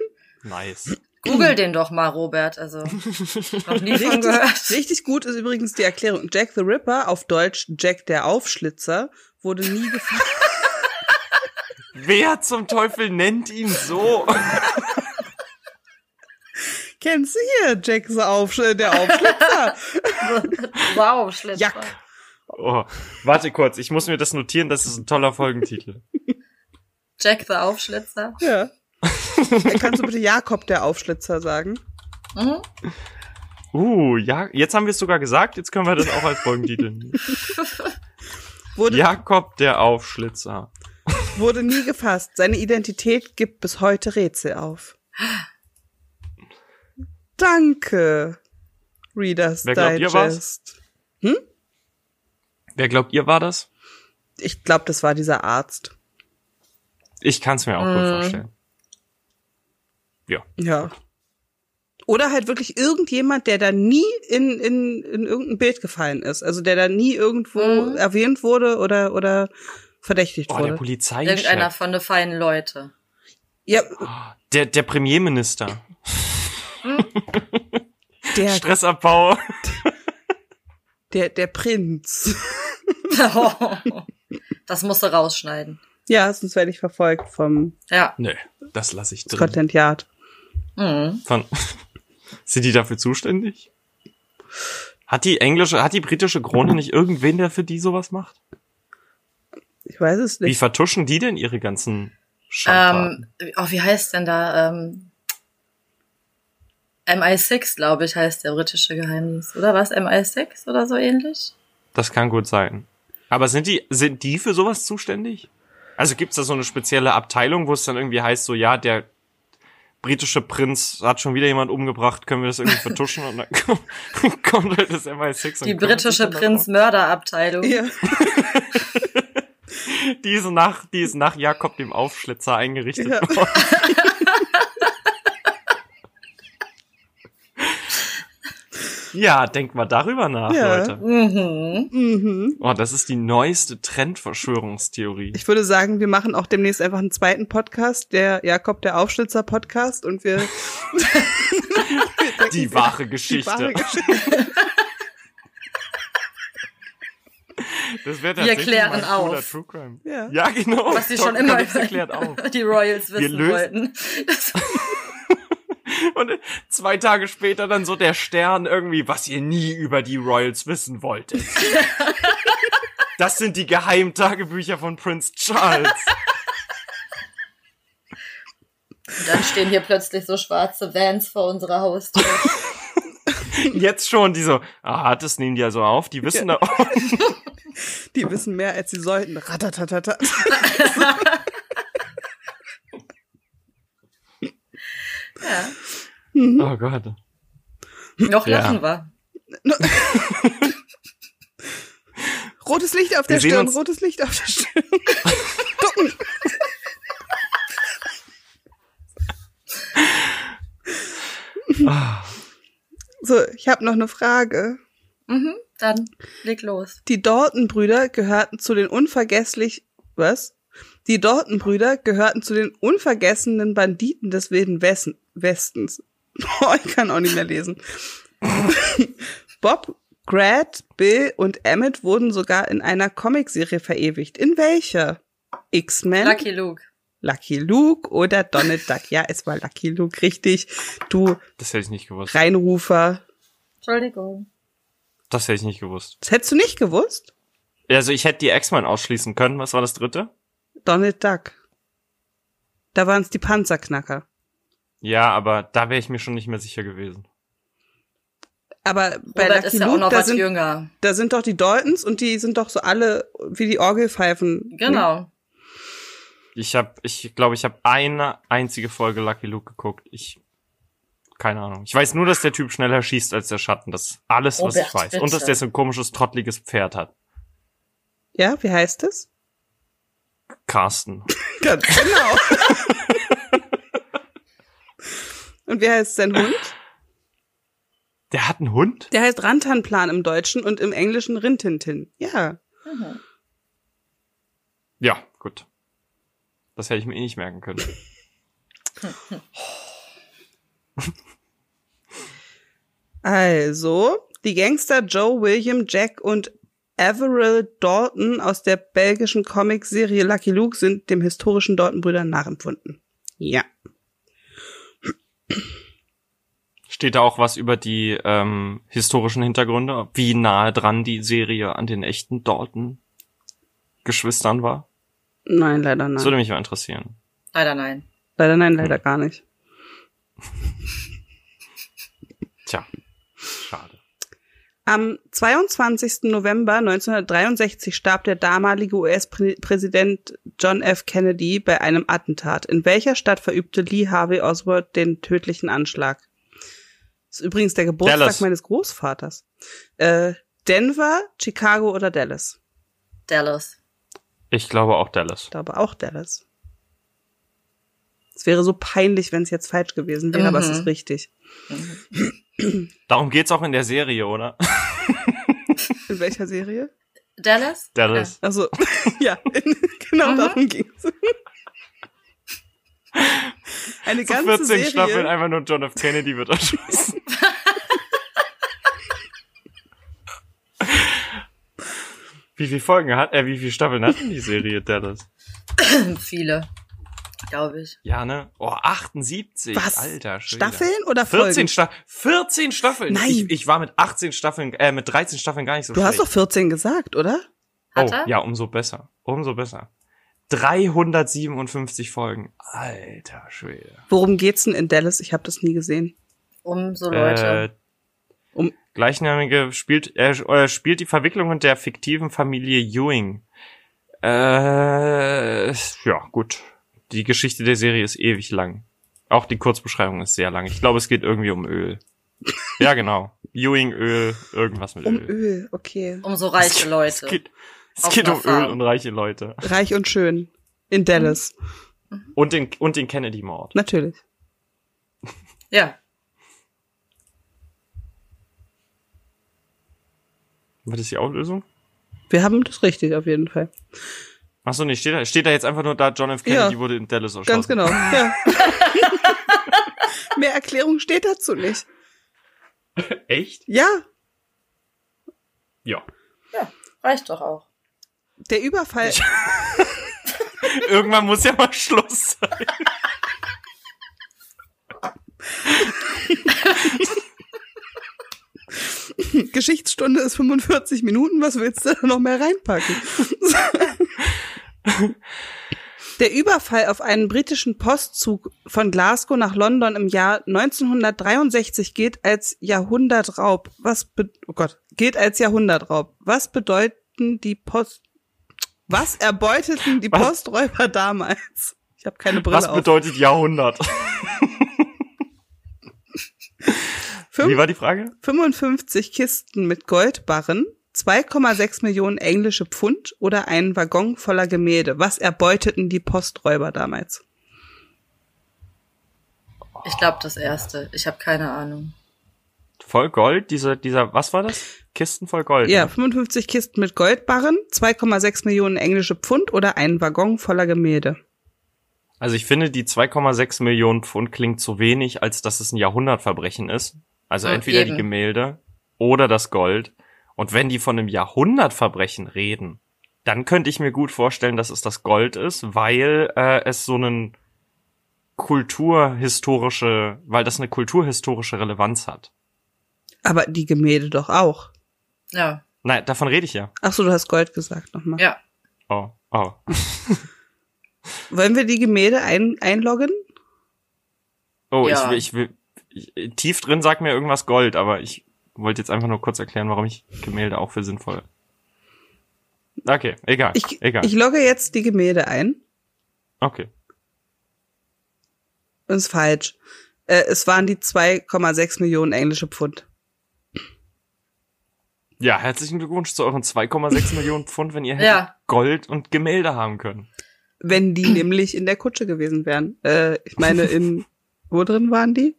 Nice.
google den doch mal, Robert. Also, noch nie von gehört.
Richtig gut ist übrigens die Erklärung. Jack the Ripper, auf Deutsch Jack der Aufschlitzer, wurde nie gefangen.
Wer zum Teufel nennt ihn so?
Kennst du hier Jack the Aufsch- äh, der Aufschlitzer?
Wow, schlimm.
Jack.
Oh, warte kurz, ich muss mir das notieren, das ist ein toller Folgentitel.
Jack the Aufschlitzer.
ja. Äh, Kannst du bitte Jakob der Aufschlitzer sagen?
Mhm.
Uh, ja, jetzt haben wir es sogar gesagt, jetzt können wir das auch als Folgentitel. nehmen.
Wurde,
Jakob der Aufschlitzer.
wurde nie gefasst. Seine Identität gibt bis heute Rätsel auf. Danke, Readers
Wer glaubt, ihr
Digest.
war's? Wer glaubt ihr war das?
Ich glaube, das war dieser Arzt.
Ich kann es mir auch gut
Mm.
vorstellen. Ja.
Ja. Oder halt wirklich irgendjemand, der da nie in, in, in irgendein Bild gefallen ist. Also der da nie irgendwo
Mhm.
erwähnt wurde oder, oder verdächtigt
Oh, der
wurde.
Polizeichef.
Irgendeiner von den feinen Leute.
Ja,
Ah, Der, der Premierminister.
der,
Stressabbau.
der, der Prinz.
Das musst du rausschneiden.
Ja, sonst werde ich verfolgt vom
Ja.
Nö, das lasse ich drin.
Scotland Yard.
Mhm.
Von Sind die dafür zuständig? Hat die englische, hat die britische Krone nicht irgendwen, der für die sowas macht?
Ich weiß es
Wie
nicht.
vertuschen die denn ihre ganzen Schandtaten?
Ähm, oh, wie heißt denn da? Ähm, MI6, glaube ich, heißt der britische Geheimdienst. Oder was? MI6 oder so ähnlich?
Das kann gut sein. Aber sind die, sind die für sowas zuständig? Also gibt's da so eine spezielle Abteilung, wo es dann irgendwie heißt, so ja, der britische Prinz hat schon wieder jemand umgebracht, können wir das irgendwie vertuschen? Und dann kommt, kommt halt das MI6. und
Die
kümmert sich
britische
dann
Prinz-Mörderabteilung.
Ja.
darum. Die ist nach, die ist nach Jakob dem Aufschlitzer eingerichtet
Ja.
worden. ja, denkt mal darüber nach,
Ja.
Leute.
Mhm.
Mhm.
Oh, das ist die neueste Trendverschwörungstheorie.
Ich würde sagen, wir machen auch demnächst einfach einen zweiten Podcast, der Jakob der Aufschlitzer Podcast und wir
Die wahre
die
Geschichte.
wahre Geschichte.
Das wäre
Wir
tatsächlich
klären
mal ein cooler
auf.
True Crime.
Ja.
Ja, genau.
Was sie
Tom
schon immer
Cruise erklärt auf.
die Royals wissen
lösen-
wollten. Das,
Und zwei Tage später dann so der Stern irgendwie, was ihr nie über die Royals wissen wolltet. Das sind die Geheimtagebücher von Prince Charles.
und dann stehen hier plötzlich so schwarze Vans vor unserer Haustür.
Jetzt schon die so, ah, das nehmen die ja so auf, die wissen da auch.
Die wissen mehr, als sie sollten. Ratatatata.
Ja.
Oh Gott.
Noch
Ja.
lachen wir.
Rotes Licht auf
Wir
der
sehen
Stirn,
uns-
rotes Licht auf der Stirn. Ducken.
Ah.
so, ich habe noch eine Frage.
Mhm, dann leg los.
Die Dalton-Brüder gehörten zu den unvergesslich... Was? Die Dalton-Brüder gehörten zu den unvergessenen Banditen des Wilden Westen, Westens. Oh, ich kann auch nicht mehr lesen. Bob, Grad, Bill und Emmett wurden sogar in einer Comicserie verewigt. In welcher? X-Men?
Lucky Luke.
Lucky Luke oder Donald Duck. Ja, es war Lucky Luke, richtig. Du
Das hätte ich nicht gewusst.
Reinrufer.
Entschuldigung.
Das hätte ich nicht gewusst.
Das hättest du nicht gewusst?
Also ich hätte die X-Men ausschließen können. Was war das dritte?
Donald Duck. Da waren es die Panzerknacker.
Ja, aber da wäre ich mir schon nicht mehr sicher gewesen.
Aber bei
Robert
Lucky
ist ja auch
Luke,
noch
da,
was
sind,
jünger.
da sind Hm? doch die Daltons und die sind doch so alle wie die Orgelpfeifen.
Genau.
Ich habe, ich glaube, ich habe eine einzige Folge Lucky Luke geguckt. Ich keine Ahnung. Ich weiß nur, dass der Typ schneller schießt als der Schatten. Das ist alles, was ich
Robert,
weiß.
bitte.
Und dass der so ein komisches, trottliges Pferd hat.
Ja, wie heißt es?
Carsten.
Ganz genau. und wie heißt sein Hund?
Der hat einen Hund?
Der heißt Rantanplan im Deutschen und im Englischen Rintintin. Ja.
Mhm.
Ja, gut. Das hätte ich mir eh nicht merken können.
Also, die Gangster Joe, William, Jack und Averill Dalton aus der belgischen Comicserie Lucky Luke sind dem historischen Dalton-Brüdern nachempfunden. Ja.
Steht da auch was über die ähm, historischen Hintergründe? Wie nahe dran die Serie an den echten Dalton-Geschwistern war?
Nein, leider
Das
nein.
würde mich mal interessieren.
Leider nein.
Leider nein, leider gar nicht.
Tja, schade.
Am 22. November 1963 starb der damalige US-Präsident John F. Kennedy bei einem Attentat. In welcher Stadt verübte Lee Harvey Oswald den tödlichen Anschlag? Das ist übrigens der Geburtstag
Dallas.
meines Großvaters. Äh, Denver, Chicago oder Dallas?
Dallas.
Ich glaube auch
Ich
Dallas.
glaube auch Dallas. Es wäre so peinlich, wenn es jetzt falsch gewesen wäre, aber es
Mhm.
ist richtig.
Mhm.
Darum geht's auch in der Serie, oder?
In welcher Serie?
Dallas?
Dallas.
Also, ja, in, genau
Mhm.
darum ging es. Eine
Zu
ganze
14
Serie.
Staffeln einfach nur John F. Kennedy wird erschossen. wie viel Folgen hat, äh, wie viel Staffeln hat denn die Serie Dallas?
Ja. Viele. Glaube ich.
Ja, ne? Oh, 78.
Was?
Alter, Schwede.
Staffeln oder Folgen?
14, Sta 14 Staffeln.
Nein.
Ich, ich war mit 18 Staffeln, äh, mit 13 Staffeln gar nicht so
du hast
schlecht.
doch 14 gesagt, oder?
Hat
oh,
er?
ja, umso besser. Umso besser. 357 Folgen. Alter Schwede.
Worum geht's denn in Dallas? Ich habe das nie gesehen.
Um so Leute.
Äh,
Um-
gleichnamige spielt, äh, äh, spielt die Verwicklungen der fiktiven Familie Ewing. Äh, ja, gut. Die Geschichte der Serie ist ewig lang. Auch die Kurzbeschreibung ist sehr lang. Ich glaube, es geht irgendwie um Öl. Ja, genau. Ewing, Öl, irgendwas mit
Um
Öl.
Öl, okay.
um so reiche
Es
Leute.
geht, es
Auf
geht
einer
um Öl
Farm.
und reiche Leute.
Reich und schön. In Dallas,
Und den, und den Kennedy-Mord.
natürlich.
Ja.
War das die Auflösung?
Wir haben das richtig auf jeden Fall.
Ach so, nee, steht da, steht da jetzt einfach nur da, John F. Kennedy
Ja.
wurde in Dallas erschossen.
Ganz genau. Ja. Mehr Erklärung steht dazu nicht.
Echt?
Ja,
Ja.
Reicht doch auch.
der Überfall.
Irgendwann muss ja mal Schluss sein.
Geschichtsstunde ist 45 Minuten, was willst du da noch mehr reinpacken? Der Überfall auf einen britischen Postzug von Glasgow nach London im Jahr 1963 gilt als Jahrhundertraub. Was be oh Gott, gilt als Jahrhundertraub. Was bedeuten die Post Was erbeuteten die
Was?
Posträuber damals? Ich habe keine Brille
Was bedeutet Jahrhundert?
auf.
Wie
Fünf-
war die Frage?
55 Kisten mit Goldbarren, 2,6 Millionen englische Pfund oder einen Waggon voller Gemälde. Was erbeuteten die Posträuber damals?
Ich glaube das erste. Ich habe keine Ahnung.
Voll Gold, dieser, dieser, was war das? Kisten voll Gold. ne?
Ja, 55 Kisten mit Goldbarren, 2,6 Millionen englische Pfund oder einen Waggon voller Gemälde.
Also ich finde, die 2,6 Millionen Pfund klingt zu wenig, als dass es ein Jahrhundertverbrechen ist. Also
Ja,
entweder die
eben.
Gemälde oder das Gold. Und wenn die von einem Jahrhundertverbrechen reden, dann könnte ich mir gut vorstellen, dass es das Gold ist, weil äh, es so einen kulturhistorische, weil das eine kulturhistorische Relevanz hat.
Aber die Gemälde doch auch.
Ja.
Nein, davon rede ich ja.
Ach so, du hast Gold gesagt nochmal.
Ja.
Oh, oh.
Wollen wir die Gemälde ein einloggen?
Oh, ich
Ja.
will, ich will. Ich, tief drin sagt mir irgendwas Gold, aber ich wollte jetzt einfach nur kurz erklären, warum ich Gemälde auch für sinnvoll. Okay, egal.
Ich,
egal.
ich logge jetzt die Gemälde ein.
Okay.
Ist falsch. Äh, es waren die 2,6 Millionen englische Pfund.
Ja, herzlichen Glückwunsch zu euren 2,6 Millionen Pfund, wenn ihr hättet
Ja.
Gold und Gemälde haben können.
Wenn die nämlich in der Kutsche gewesen wären. Äh, ich meine, in, wo drin waren die?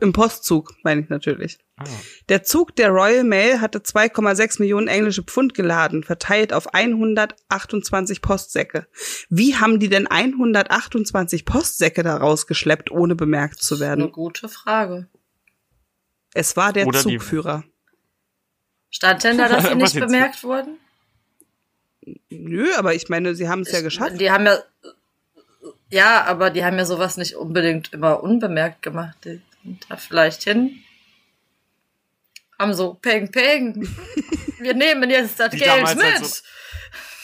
Im Postzug, meine ich natürlich.
Ah.
Der Zug der Royal Mail hatte 2,6 Millionen englische Pfund geladen, verteilt auf 128 Postsäcke. Wie haben die denn 128 Postsäcke da rausgeschleppt, ohne bemerkt zu
Eine
werden?
gute Frage.
Es war der
Oder die-
Zugführer.
Stand denn da, dass sie
Was
nicht
jetzt?
bemerkt wurden?
Nö, aber ich meine, sie haben es ja geschafft.
Die haben ja, ja, aber die haben ja sowas nicht unbedingt immer unbemerkt gemacht. Die sind da vielleicht hin, haben so, peng, peng, wir nehmen jetzt das
Die
Geld
damals
mit.
halt so-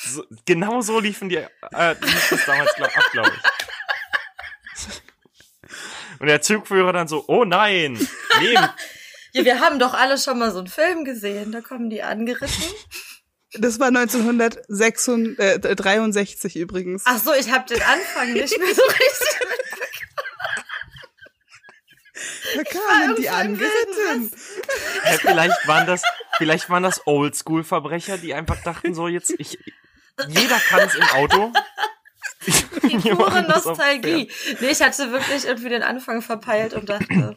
So, genau so liefen die, äh, lief das damals glaub, ab, glaube ich. Und der Zugführer dann so, oh nein, nehmt,
ja, wir haben doch alle schon mal so einen Film gesehen, da kommen die angeritten.
Das war 1963 übrigens.
Ach so, ich habe den Anfang nicht mehr so richtig
da kamen die
irgendwo im
angeritten.
Hä, vielleicht waren das, vielleicht waren das Oldschool-Verbrecher, die einfach dachten so jetzt, ich, jeder kann es im Auto. Wir
Pure
machen das auf
Nostalgie. Nee, ich hatte wirklich irgendwie den Anfang verpeilt und dachte,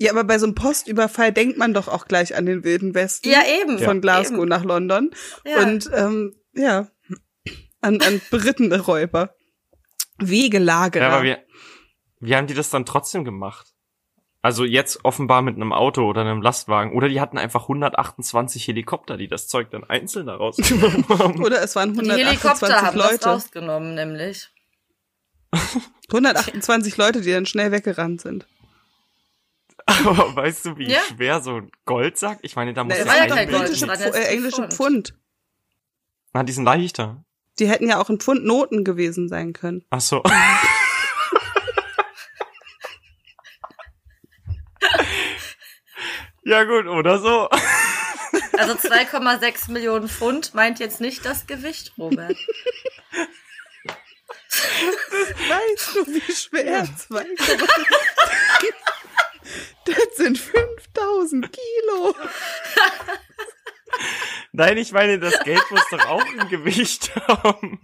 Ja, aber bei so einem Postüberfall denkt man doch auch gleich an den Wilden Westen.
ja eben.
Von Glasgow
Eben.
nach London.
Ja.
Und ähm, ja, an, an berittene Räuber. Wegelagerer.
Ja, aber wir, wie haben die das dann trotzdem gemacht? Also jetzt offenbar mit einem Auto oder einem Lastwagen. Oder die hatten einfach 128 Helikopter, die das Zeug dann einzeln daraus genommen haben.
Oder es waren
die Helikopter
128
haben das
Leute.
rausgenommen, nämlich.
128 Leute, die dann schnell weggerannt sind.
Aber weißt du, wie
Ja.
schwer so ein Goldsack? Ich meine, da muss
Na,
ja
es
war
waren
ein
doch
kein Gold,
britische,
Bild.
Gold.
Pf
waren jetzt
äh,
die
englische
Pfund.
Pfund.
Na, die sind leichter.
Die hätten ja auch in Pfundnoten gewesen sein können.
Ach so. ja gut, oder so.
Also 2,6 Millionen Pfund meint jetzt nicht das Gewicht, Robert.
Weißt du, wie schwer zwei Das sind 5000 Kilo.
Nein, ich meine, das Geld muss doch auch ein Gewicht haben.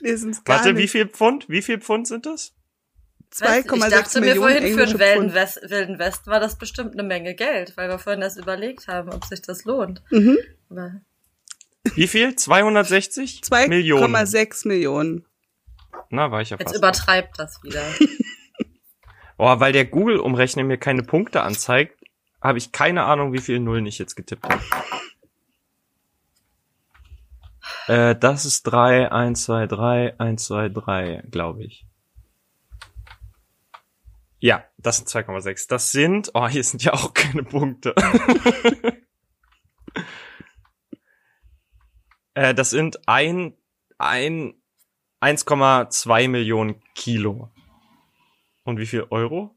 Wir sind's gar
Warte, wie
nicht.
viel Pfund? Wie viel Pfund sind das?
ich
2,6
dachte mir
Millionen
vorhin, für
englische
den Wilden,
Pfund.
West, Wilden Westen war das bestimmt eine Menge Geld, weil wir vorhin das überlegt haben, ob sich das lohnt.
Mhm.
Aber
Wie viel? 260 Millionen.
2,6 Millionen.
Na, war ich ja
jetzt
fast.
übertreibt das wieder.
Oh, weil der Google-Umrechner mir keine Punkte anzeigt, habe ich keine Ahnung, wie viele Nullen ich jetzt getippt habe. Äh, das ist 3, 1, 2, 3, 1, 2, 3, glaube ich. Ja, das sind 2,6. Das sind, oh, hier sind ja auch keine Punkte. äh, das sind ein, ein, 1,2 Millionen Kilo. Und wie viel Euro?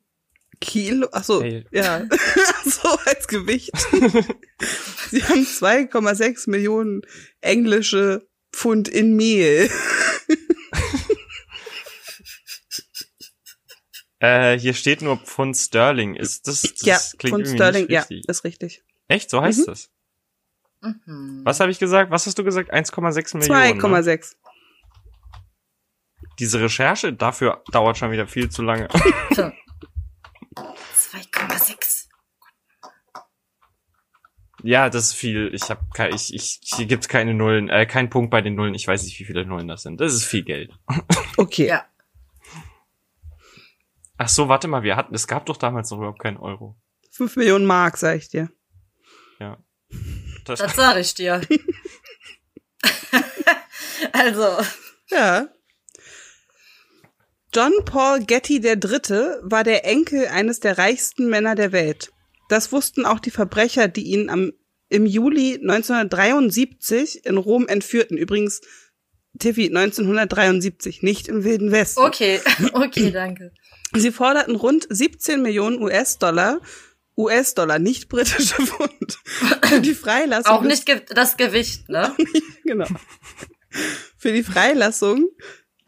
Kilo? Achso,
Ey.
ja. so als Gewicht. Sie haben 2,6 Millionen englische Pfund in Mehl.
Äh, hier steht nur Pfund Sterling. Ist das, das
ja,
klingt
Pfund
irgendwie
Sterling,
nicht
ja,
richtig.
ist richtig.
Echt, so heißt
Mhm.
das.
Mhm.
Was habe ich gesagt? Was hast du gesagt? 1,6 Millionen. Ne?
2,6.
Diese Recherche dafür dauert schon wieder viel zu lange.
2,6.
ja, das ist viel. Ich habe kein, ich, ich, hier gibt's keine Nullen, äh, kein Punkt bei den Nullen. Ich weiß nicht, wie viele Nullen das sind. Das ist viel Geld.
Okay.
Ja.
Ach so, warte mal, wir hatten, es gab doch damals noch überhaupt keinen Euro.
5 Millionen Mark, sag ich dir.
Das,
Das sage ich dir. also,
Ja. John Paul Getty III. war der Enkel eines der reichsten Männer der Welt. Das wussten auch die Verbrecher, die ihn am, im Juli 1973 in Rom entführten. Übrigens, Tiffy, 1973, nicht im Wilden Westen.
okay, okay, danke.
Sie forderten rund 17 Millionen US-Dollar US-Dollar, nicht britische Pfund. Für die Freilassung.
Auch nicht ge das Gewicht, ne?
Des, genau. Für die Freilassung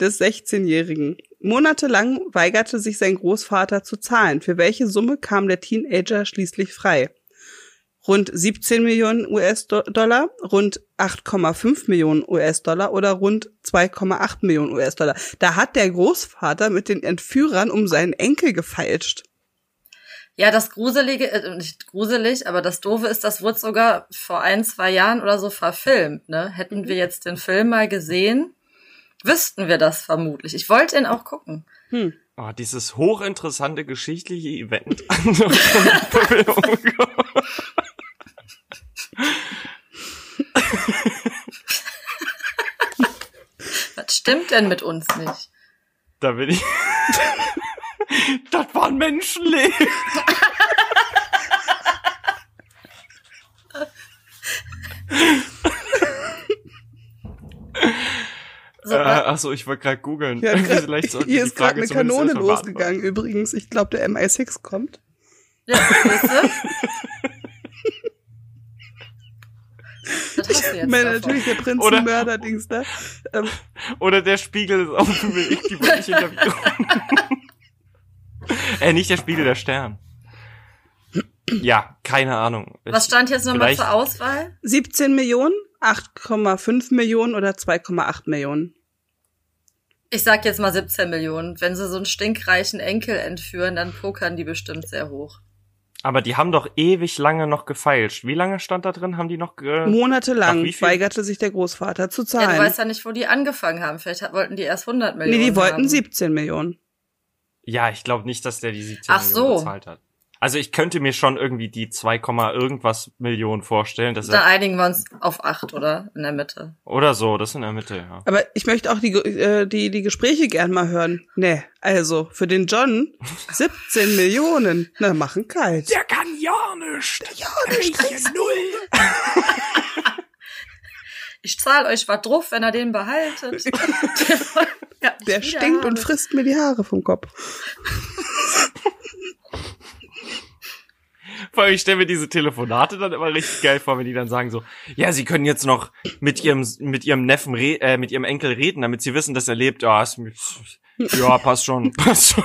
des 16-Jährigen. Monatelang weigerte sich sein Großvater zu zahlen. Für welche Summe kam der Teenager schließlich frei? Rund 17 Millionen US-Dollar, rund 8,5 Millionen US-Dollar oder rund 2,8 Millionen US-Dollar. Da hat der Großvater mit den Entführern um seinen Enkel gefeilscht.
Ja, das Gruselige, äh, nicht gruselig, aber das Doofe ist, das wurde sogar vor ein, zwei Jahren oder so verfilmt. Ne? Hätten wir jetzt den Film mal gesehen, wüssten wir das vermutlich. Ich wollte ihn auch gucken.
Hm.
Oh, dieses hochinteressante geschichtliche Event.
Was stimmt denn mit uns nicht?
da bin ich. das waren Menschenleben.
So,
Äh, achso, ich wollte gerade googeln.
Ja,
Vielleicht sollte
hier
ich die
ist gerade
Frage
eine
zumindest
Kanone
erstmal beantworten.
losgegangen übrigens. Ich glaube, der MI6 kommt.
ja, siehst du? Das hast du jetzt
Meine,
davon.
natürlich der
Oder-
Prinzenmörder-Dings da. Ähm,
Oder der Spiegel ist auf dem Weg, die wollte ich interviewen. äh, nicht der Spiegel, der Stern. Ja, keine Ahnung. Ich,
Was stand jetzt nochmal
vielleicht-
zur Auswahl?
17 Millionen, 8,5 Millionen oder 2,8 Millionen.
Ich sag jetzt mal 17 Millionen. Wenn sie so einen stinkreichen Enkel entführen, dann pokern die bestimmt sehr hoch.
aber die haben doch ewig lange noch gefeilscht. Wie lange stand da drin? Haben die noch ge Ach,
Monatelang
wie viel?
weigerte sich der Großvater zu
Ja, du
zahlen.
weißt ja nicht, wo die angefangen haben. Vielleicht hat- wollten die erst 100
nee,
Millionen.
die wollten
haben.
17 Millionen.
Ja, ich glaube nicht, dass der die 17
Ach
Millionen
so.
bezahlt hat. Also ich könnte mir schon irgendwie die 2, Komma irgendwas Millionen vorstellen, dass
Da
er,
einigen wir uns auf acht, oder? In der Mitte.
oder so, das in der Mitte, ja.
Aber ich möchte auch die, äh, die, die Gespräche gern mal hören. Nee, also für den John 17 Millionen. Na, machen kalt.
Der kann ja nicht. Ja, nicht. Null.
Ich zahle euch was drauf, wenn ihr den behaltet. Ja, ich
Der
wieder
stinkt
habe.
und frisst mir die Haare vom Kopf.
Vor allem, ich stelle mir diese Telefonate dann immer richtig geil vor, wenn die dann sagen so, ja, sie können jetzt noch mit ihrem, mit ihrem Neffen, re äh, mit ihrem Enkel reden, damit sie wissen, dass er lebt. Ja, ist, mir- ja passt schon, passt schon.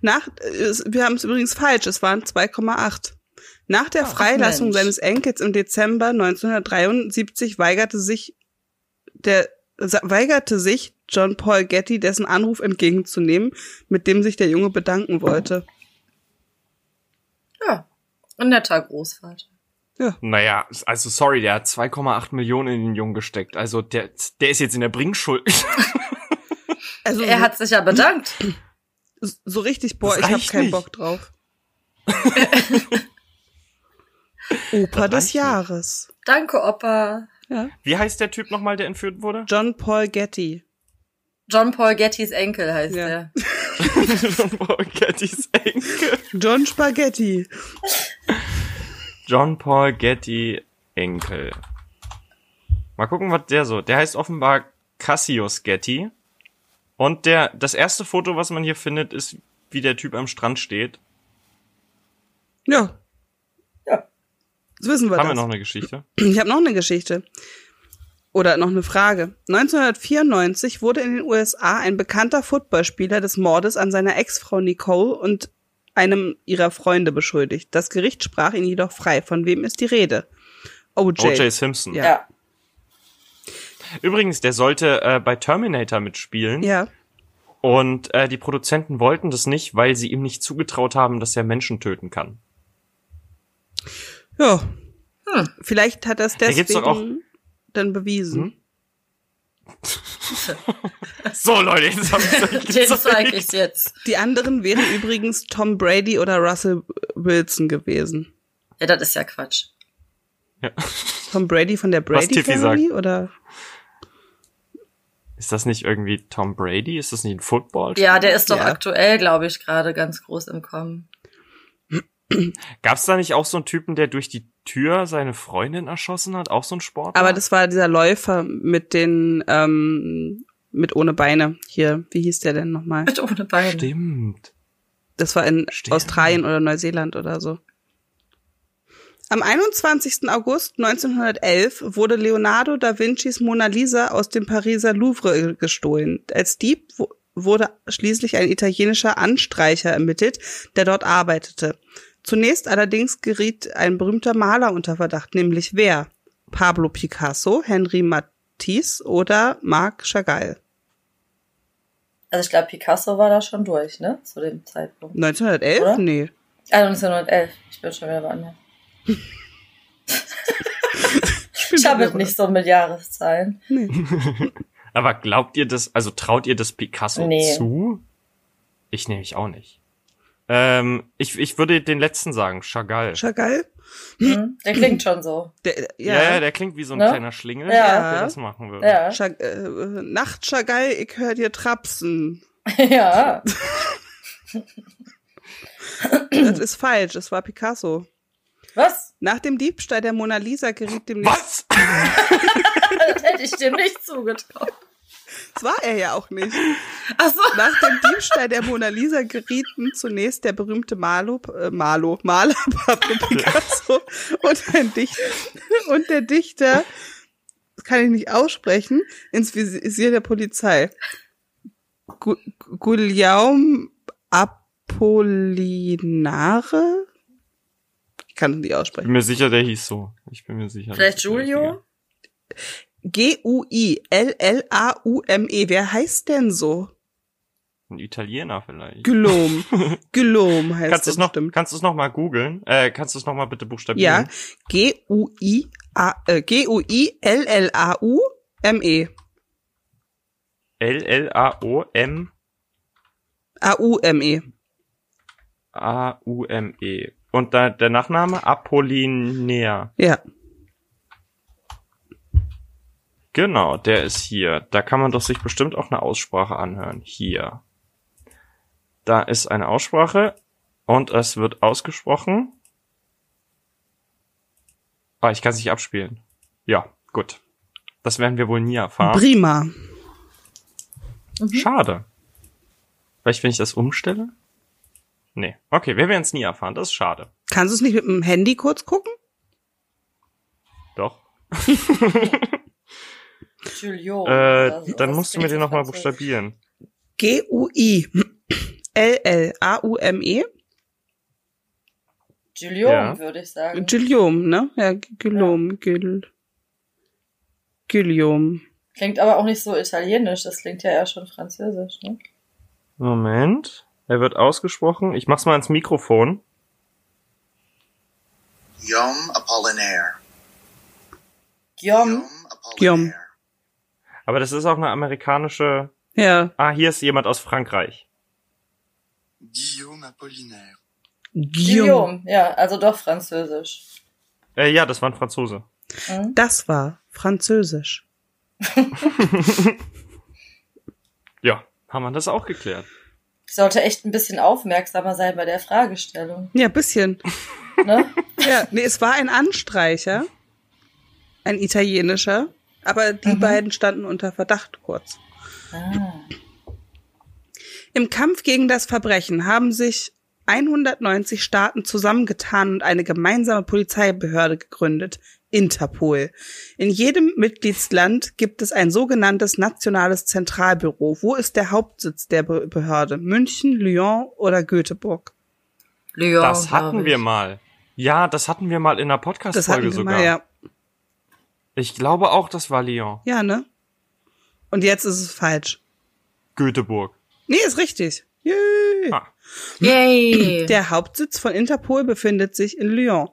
Nach, äh, es- wir haben es übrigens falsch, es waren 2,8. Nach der Freilassung
Mensch.
seines Enkels im Dezember 1973 weigerte sich der sa- weigerte sich John Paul Getty dessen Anruf entgegenzunehmen, mit dem sich der Junge bedanken wollte.
Ja, ein netter Großvater.
Naja, also sorry, der hat 2,8 Millionen in den Jungen gesteckt. Also der, der ist jetzt in der Bringschuld.
Also
Er hat sich ja bedankt.
so, so richtig, boah,
Das
ich habe
reicht
keinen
nicht.
Bock drauf.
Das
Opa
reicht
des
nicht.
Jahres.
Danke, Opa.
Ja.
Wie heißt der Typ nochmal, der entführt wurde?
John Paul Getty.
John Paul Gettys Enkel heißt
Ja.
er.
John Paul Gettys Enkel.
John Spaghetti.
John Paul Getty Enkel. Mal gucken, was der so. Der heißt offenbar Cassius Getty. Und der, das erste Foto, was man hier findet, ist, wie der Typ am Strand steht.
Ja.
Ja.
Das wissen wir
Haben wir
das.
noch eine Geschichte?
Ich habe noch eine Geschichte. Oder noch eine Frage. 1994 wurde in den USA ein bekannter Footballspieler des Mordes an seiner Ex-Frau Nicole und einem ihrer Freunde beschuldigt. Das Gericht sprach ihn jedoch frei. Von wem ist die Rede? OJ.
O.J. Simpson.
Ja. Ja.
Übrigens, der sollte äh, bei Terminator mitspielen.
Ja.
Und äh, die Produzenten wollten das nicht, weil sie ihm nicht zugetraut haben, dass er Menschen töten kann.
Ja. Vielleicht hat er es
gibt's doch auch- Hm?
deswegen dann bewiesen.
So, Leute, jetzt haben wir
Den zeige ich jetzt.
Die anderen wären übrigens Tom Brady oder Russell Wilson gewesen.
Ja, das ist ja Quatsch.
Tom Brady von der
Was
Brady
Tiffy
Family oder?
Ist das nicht irgendwie Tom Brady? Ist das nicht ein Football?
Ja, der ist doch
Ja.
aktuell, glaube ich, gerade ganz groß im Kommen.
Gab's da nicht auch so einen Typen, der durch die Tür seine Freundin erschossen hat? Auch so ein Sport?
Aber das war dieser Läufer mit den, ähm, mit ohne Beine hier. Wie hieß der denn nochmal?
Mit ohne Beine.
stimmt.
Das war in
Sterne.
Australien oder Neuseeland oder so. Am 21. August 1911 wurde Leonardo da Vincis Mona Lisa aus dem Pariser Louvre gestohlen. Als Dieb wu- wurde schließlich ein italienischer Anstreicher ermittelt, der dort arbeitete. Zunächst allerdings geriet ein berühmter Maler unter Verdacht, nämlich wer? Pablo Picasso, Henri Matisse oder Marc Chagall?
Also ich glaube, Picasso war da schon durch, ne? Zu dem Zeitpunkt.
1911?
Oder?
Nee.
Ah, 1911. Ich bin schon wieder woanders. Ich habe es nicht so mit Jahreszahlen.
Nee.
Aber glaubt ihr das, also traut ihr das Picasso
Nee.
zu? Ich nehme ich auch nicht. Ähm, ich, ich würde den letzten sagen, Chagall.
Chagall?
Hm? Der klingt schon so.
Der,
ja. ja,
ja,
der klingt wie so ein
Ne?
kleiner Schlingel,
Ja.
der das machen würde.
Ja.
Chag äh, äh, Nacht Chagall, ich hör dir trapsen.
ja.
Das ist falsch, es war Picasso.
Was?
Nach dem Diebstahl der Mona Lisa geriet demnächst.
Was?
Das hätte ich dir nicht zugetraut.
Das war er ja auch nicht.
Ach so.
Nach dem Diebstahl der Mona Lisa gerieten zunächst der berühmte Malo, äh, Malo, Maler Pablo Picasso und, ein Dichter, und der Dichter, das kann ich nicht aussprechen, ins Visier der Polizei. Gu- Guillaume Apollinare? Ich kann es nicht
Ich bin
aussprechen.
mir sicher, der hieß so. Ich bin mir sicher.
Vielleicht
das ist der
Julio?
G-U-I-L-L-A-U-M-E. E. Wer heißt denn so?
richtige. Ein Italiener vielleicht.
Glom. Glom heißt
Kannst du es
das
noch,
bestimmt.
kannst du es noch mal googeln? Äh, kannst du es noch mal bitte buchstabieren?
Ja, G-U-I-A, äh, G-U-I-L-L-A-U-M-E.
L-L-A-O-M-A-U-M-E.
A-U-M-E.
E. Und da, der Nachname Apollinär.
Ja.
Genau, der ist hier. Da kann man doch sich bestimmt auch eine Aussprache anhören. Hier. Da ist eine Aussprache und es wird ausgesprochen. Ah, ich kann es nicht abspielen. Ja, gut. Das werden wir wohl nie erfahren.
Prima.
Schade. Vielleicht, wenn ich das umstelle? Nee. Okay, wir werden es nie erfahren. Das ist schade.
Kannst du es nicht mit dem Handy kurz gucken?
Doch.
Julio.
Äh,
oder so.
dann
Oh, Also,
musst
Das
du mir
klingt
den nochmal
so.
buchstabieren.
G-U-I-L-L-A-U-M-E.
Julio,
Ja.
würde ich sagen.
Guillaume, ne? Ja, Guillaume, Gül. Guillaume.
Klingt aber auch nicht so italienisch. Das klingt ja eher schon französisch, ne?
Moment. Er wird ausgesprochen. Ich mach's mal ins Mikrofon.
Guillaume Apollinaire.
Guillaume.
Guillaume.
Apollinaire.
Aber das ist auch eine amerikanische.
Ja,
Ah, hier ist jemand aus Frankreich.
Guillaume Apollinaire.
Guillaume.
Guillaume. Ja, also doch französisch.
Äh, ja, das war ein Franzose.
Hm?
Das war Französisch.
Ja, haben wir das auch geklärt.
Ich sollte echt ein bisschen aufmerksamer sein bei der Fragestellung,
Ja, bisschen.
ne?
Ja, nee, es war ein Anstreicher, ein italienischer, aber die
Mhm.
beiden standen unter Verdacht kurz.
ah.
Im Kampf gegen das Verbrechen haben sich 190 Staaten zusammengetan und eine gemeinsame Polizeibehörde gegründet, Interpol. In jedem Mitgliedsland gibt es ein sogenanntes nationales Zentralbüro. Wo ist der Hauptsitz der Be- Behörde? München, Lyon oder Göteborg?
Lyon,
das hatten wir mal. Ja, das hatten wir mal in der
Das hatten
Podcast-Folge
wir
sogar.
mal, ja.
Ich glaube auch, das war Lyon.
Ja, ne? Und jetzt ist es falsch.
Göteborg.
Nee, ist richtig. Yay.
Ah.
Yay!
Der Hauptsitz von Interpol befindet sich in Lyon.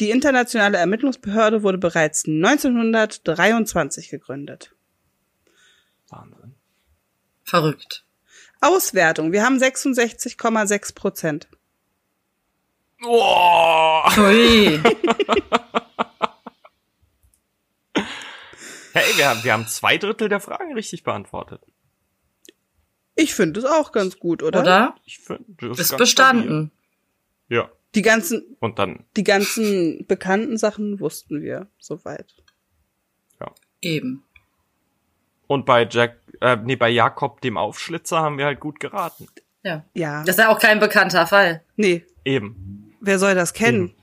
Die internationale Ermittlungsbehörde wurde bereits 1923 gegründet.
Wahnsinn.
Verrückt.
Auswertung. Wir haben 66,6 Prozent.
Boah.
Ui.
Hey, wir, haben- wir haben zwei Drittel der Fragen richtig beantwortet.
Ich finde es auch ganz gut, oder?
Oder?
Ich find, das
Ist
ganz
bestanden.
stabil. Ja.
Die ganzen,
Und dann,
die ganzen bekannten Sachen wussten wir soweit.
Eben.
und bei Jack, äh, nee, bei Jakob, dem Aufschlitzer, haben wir halt gut geraten.
Ja.
Ja.
Das ist ja auch kein bekannter Fall.
Nee,
Eben.
wer soll das kennen?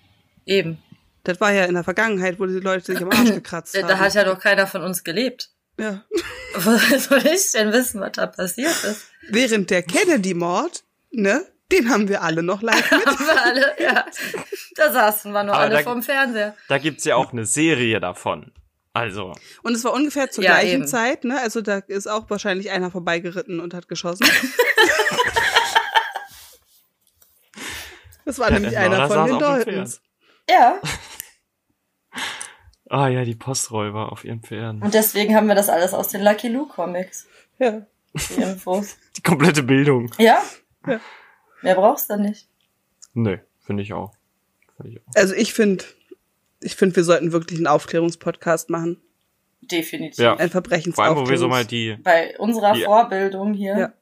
Eben.
Das war ja in der Vergangenheit, wo die Leute sich am Arsch gekratzt
Da,
haben.
da hat ja doch keiner von uns gelebt.
ja.
Woher soll ich denn wissen, was da passiert ist?
Während der Kennedy-Mord, ne, den haben wir alle noch live mit.
Haben wir alle, ja. Da saßen wir noch
Aber
alle
da-
vorm Fernseher.
Da gibt's ja auch eine Serie davon. Also,
Und es war ungefähr zur
Ja,
gleichen
eben.
Zeit, ne? Also da ist auch wahrscheinlich einer vorbeigeritten und hat geschossen. das war
Ja,
nämlich
der Mörder
einer von
saß
den
auf dem
Daltons.
Ja.
ah ja, die Posträuber auf ihren Pferden.
Und deswegen haben wir das alles aus den Lucky Luke Comics.
Ja.
Die Infos.
Die komplette Bildung.
ja?
Ja.
Mehr brauchst du nicht.
Nö, finde ich auch. Finde ich auch.
Also ich finde, ich finde, wir sollten wirklich einen Aufklärungspodcast machen.
Definitiv.
Ja.
Ein
Vor allem, wo wir so
Verbrechensaufklärungs...
mal die,
Bei unserer
Ja.
Vorbildung hier.
Ja.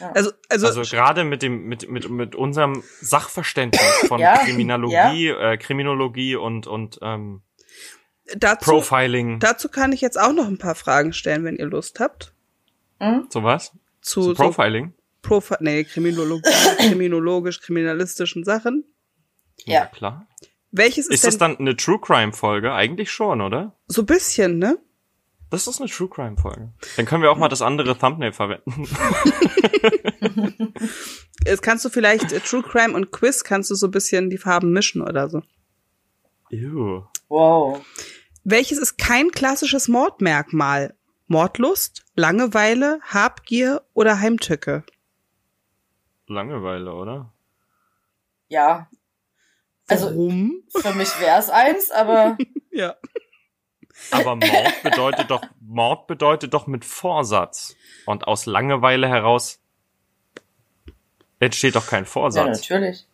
Ja.
also, also,
also gerade mit dem, mit, mit, mit unserem Sachverständnis von
Ja,
Kriminologie, äh, Kriminologie und, und ähm,
dazu,
Profiling,
dazu kann ich jetzt auch noch ein paar Fragen stellen, wenn ihr Lust habt.
Hm?
sowas.
Zu, so
Profiling?
Profi nee, Kriminolog kriminologisch, kriminalistischen Sachen.
Ja.
klar.
Welches ist,
Ist das
denn
dann eine True Crime Folge? Eigentlich schon, oder?
so ein bisschen, ne?
Das ist eine True Crime Folge. Dann können wir auch mal das andere Thumbnail verwenden.
Es kannst du vielleicht äh, True Crime und Quiz kannst du so ein bisschen die Farben mischen oder so.
Ew.
Wow.
Welches ist kein klassisches Mordmerkmal? Mordlust, Langeweile, Habgier oder Heimtücke?
Langeweile, oder?
Ja. Also
Warum?
für mich wäre es eins, aber
Ja.
Aber Mord bedeutet doch, Mord bedeutet doch mit Vorsatz. Und aus Langeweile heraus entsteht doch kein
ja,
Vorsatz.
natürlich.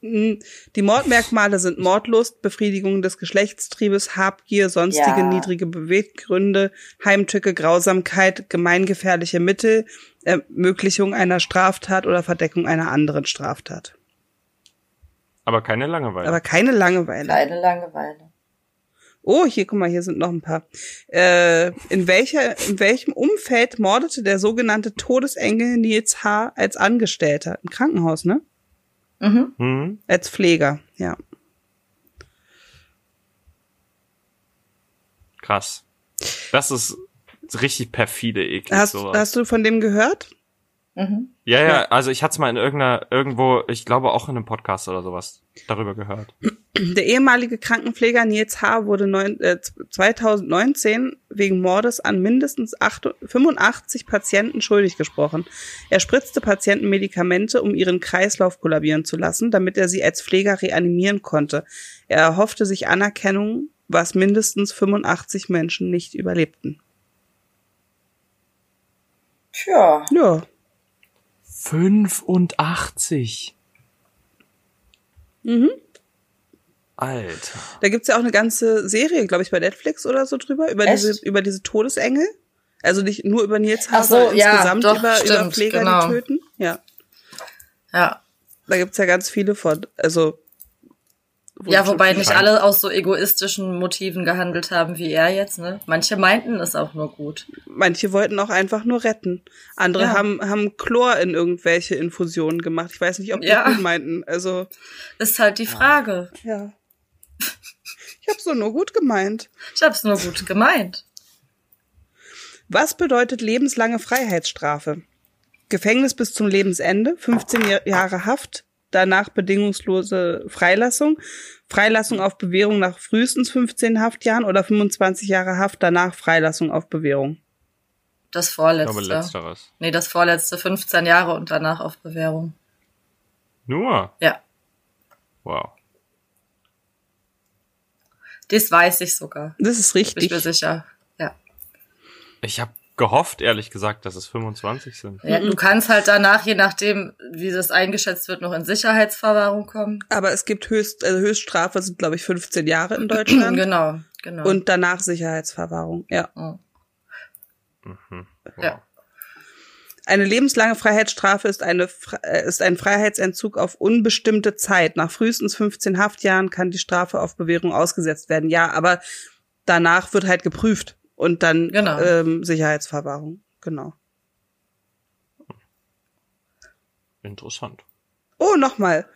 Mm, Die Mordmerkmale sind Mordlust, Befriedigung des Geschlechtstriebes, Habgier, sonstige
Ja.
niedrige Beweggründe, Heimtücke, Grausamkeit, gemeingefährliche Mittel, Ermöglichung einer Straftat oder Verdeckung einer anderen Straftat.
Aber keine Langeweile.
Aber keine Langeweile.
Kleine Langeweile.
Oh, hier, guck mal, hier sind noch ein paar. Äh, in, welcher, in welchem Umfeld mordete der sogenannte Todesengel Nils H. als Angestellter? Im Krankenhaus, ne?
Mhm.
hm?
Als Pfleger, ja.
Krass. Das ist richtig perfide eklig.
Hast,
sowas.
hast du von dem gehört?
Mhm.
ja, ja,
Ja.
also ich hatte es mal in irgendeiner, irgendwo, ich glaube auch in einem Podcast oder sowas, darüber gehört.
Der ehemalige Krankenpfleger Nils H. wurde neun, äh, 2019 wegen Mordes an mindestens acht- 85 Patienten schuldig gesprochen. Er spritzte Patienten Medikamente, um ihren Kreislauf kollabieren zu lassen, damit er sie als Pfleger reanimieren konnte. Er erhoffte sich Anerkennung, was mindestens 85 Menschen nicht überlebten.
Tja.
Ja,
85.
Mhm.
Alter.
da gibt's ja auch eine ganze Serie, glaube ich, bei Netflix oder so drüber, über,
Echt?
diese, über diese Todesengel. Also nicht nur über Nils H.,
Ach so,
sondern
ja,
insgesamt
doch,
über, über
stimmt,
Pfleger,
genau.
die töten. Ja.
Ja.
Da gibt's ja ganz viele von. Also. wo
Ja,
schon
wobei
viele
nicht
rein-
alle aus so egoistischen Motiven gehandelt haben wie er jetzt, ne? Manche meinten es auch nur gut.
Manche wollten auch einfach nur retten. Andere
Ja.
haben, haben Chlor in irgendwelche Infusionen gemacht. Ich weiß nicht, ob die
Ja.
gut meinten. Also,
Ist halt die Frage.
ja. Ich hab's so nur gut gemeint.
Ich hab's nur gut gemeint.
Was bedeutet lebenslange Freiheitsstrafe? Gefängnis bis zum Lebensende, 15 Ja- Jahre Haft, danach bedingungslose Freilassung, Freilassung auf Bewährung nach frühestens 15 Haftjahren oder 25 Jahre Haft, danach Freilassung auf Bewährung.
Das
Ich glaube,
vorletzte.
letzteres.
Nee, das vorletzte 15 Jahre und danach auf Bewährung.
Nur?
Ja.
Wow.
Das weiß ich sogar.
Das ist
Bin ich
richtig.
mir sicher. Ja.
Ich habe gehofft, ehrlich gesagt, dass es 25 sind.
ja.
Mhm.
Du kannst halt danach, je nachdem, wie das eingeschätzt wird, noch in Sicherheitsverwahrung kommen.
Aber es gibt Höchst, also Höchststrafe sind, glaube ich, 15 Jahre in Deutschland.
Genau, genau.
Mhm. Und danach Sicherheitsverwahrung, ja.
Mhm.
Mhm. Wow.
Ja.
Eine lebenslange Freiheitsstrafe ist, eine, Fre- äh, ist ein Freiheitsentzug auf unbestimmte Zeit. Nach frühestens 15 Haftjahren kann die Strafe auf Bewährung ausgesetzt werden. Ja, aber danach wird halt geprüft und dann
Genau.
ähm, Sicherheitsverwahrung. Genau.
Interessant.
Oh, nochmal.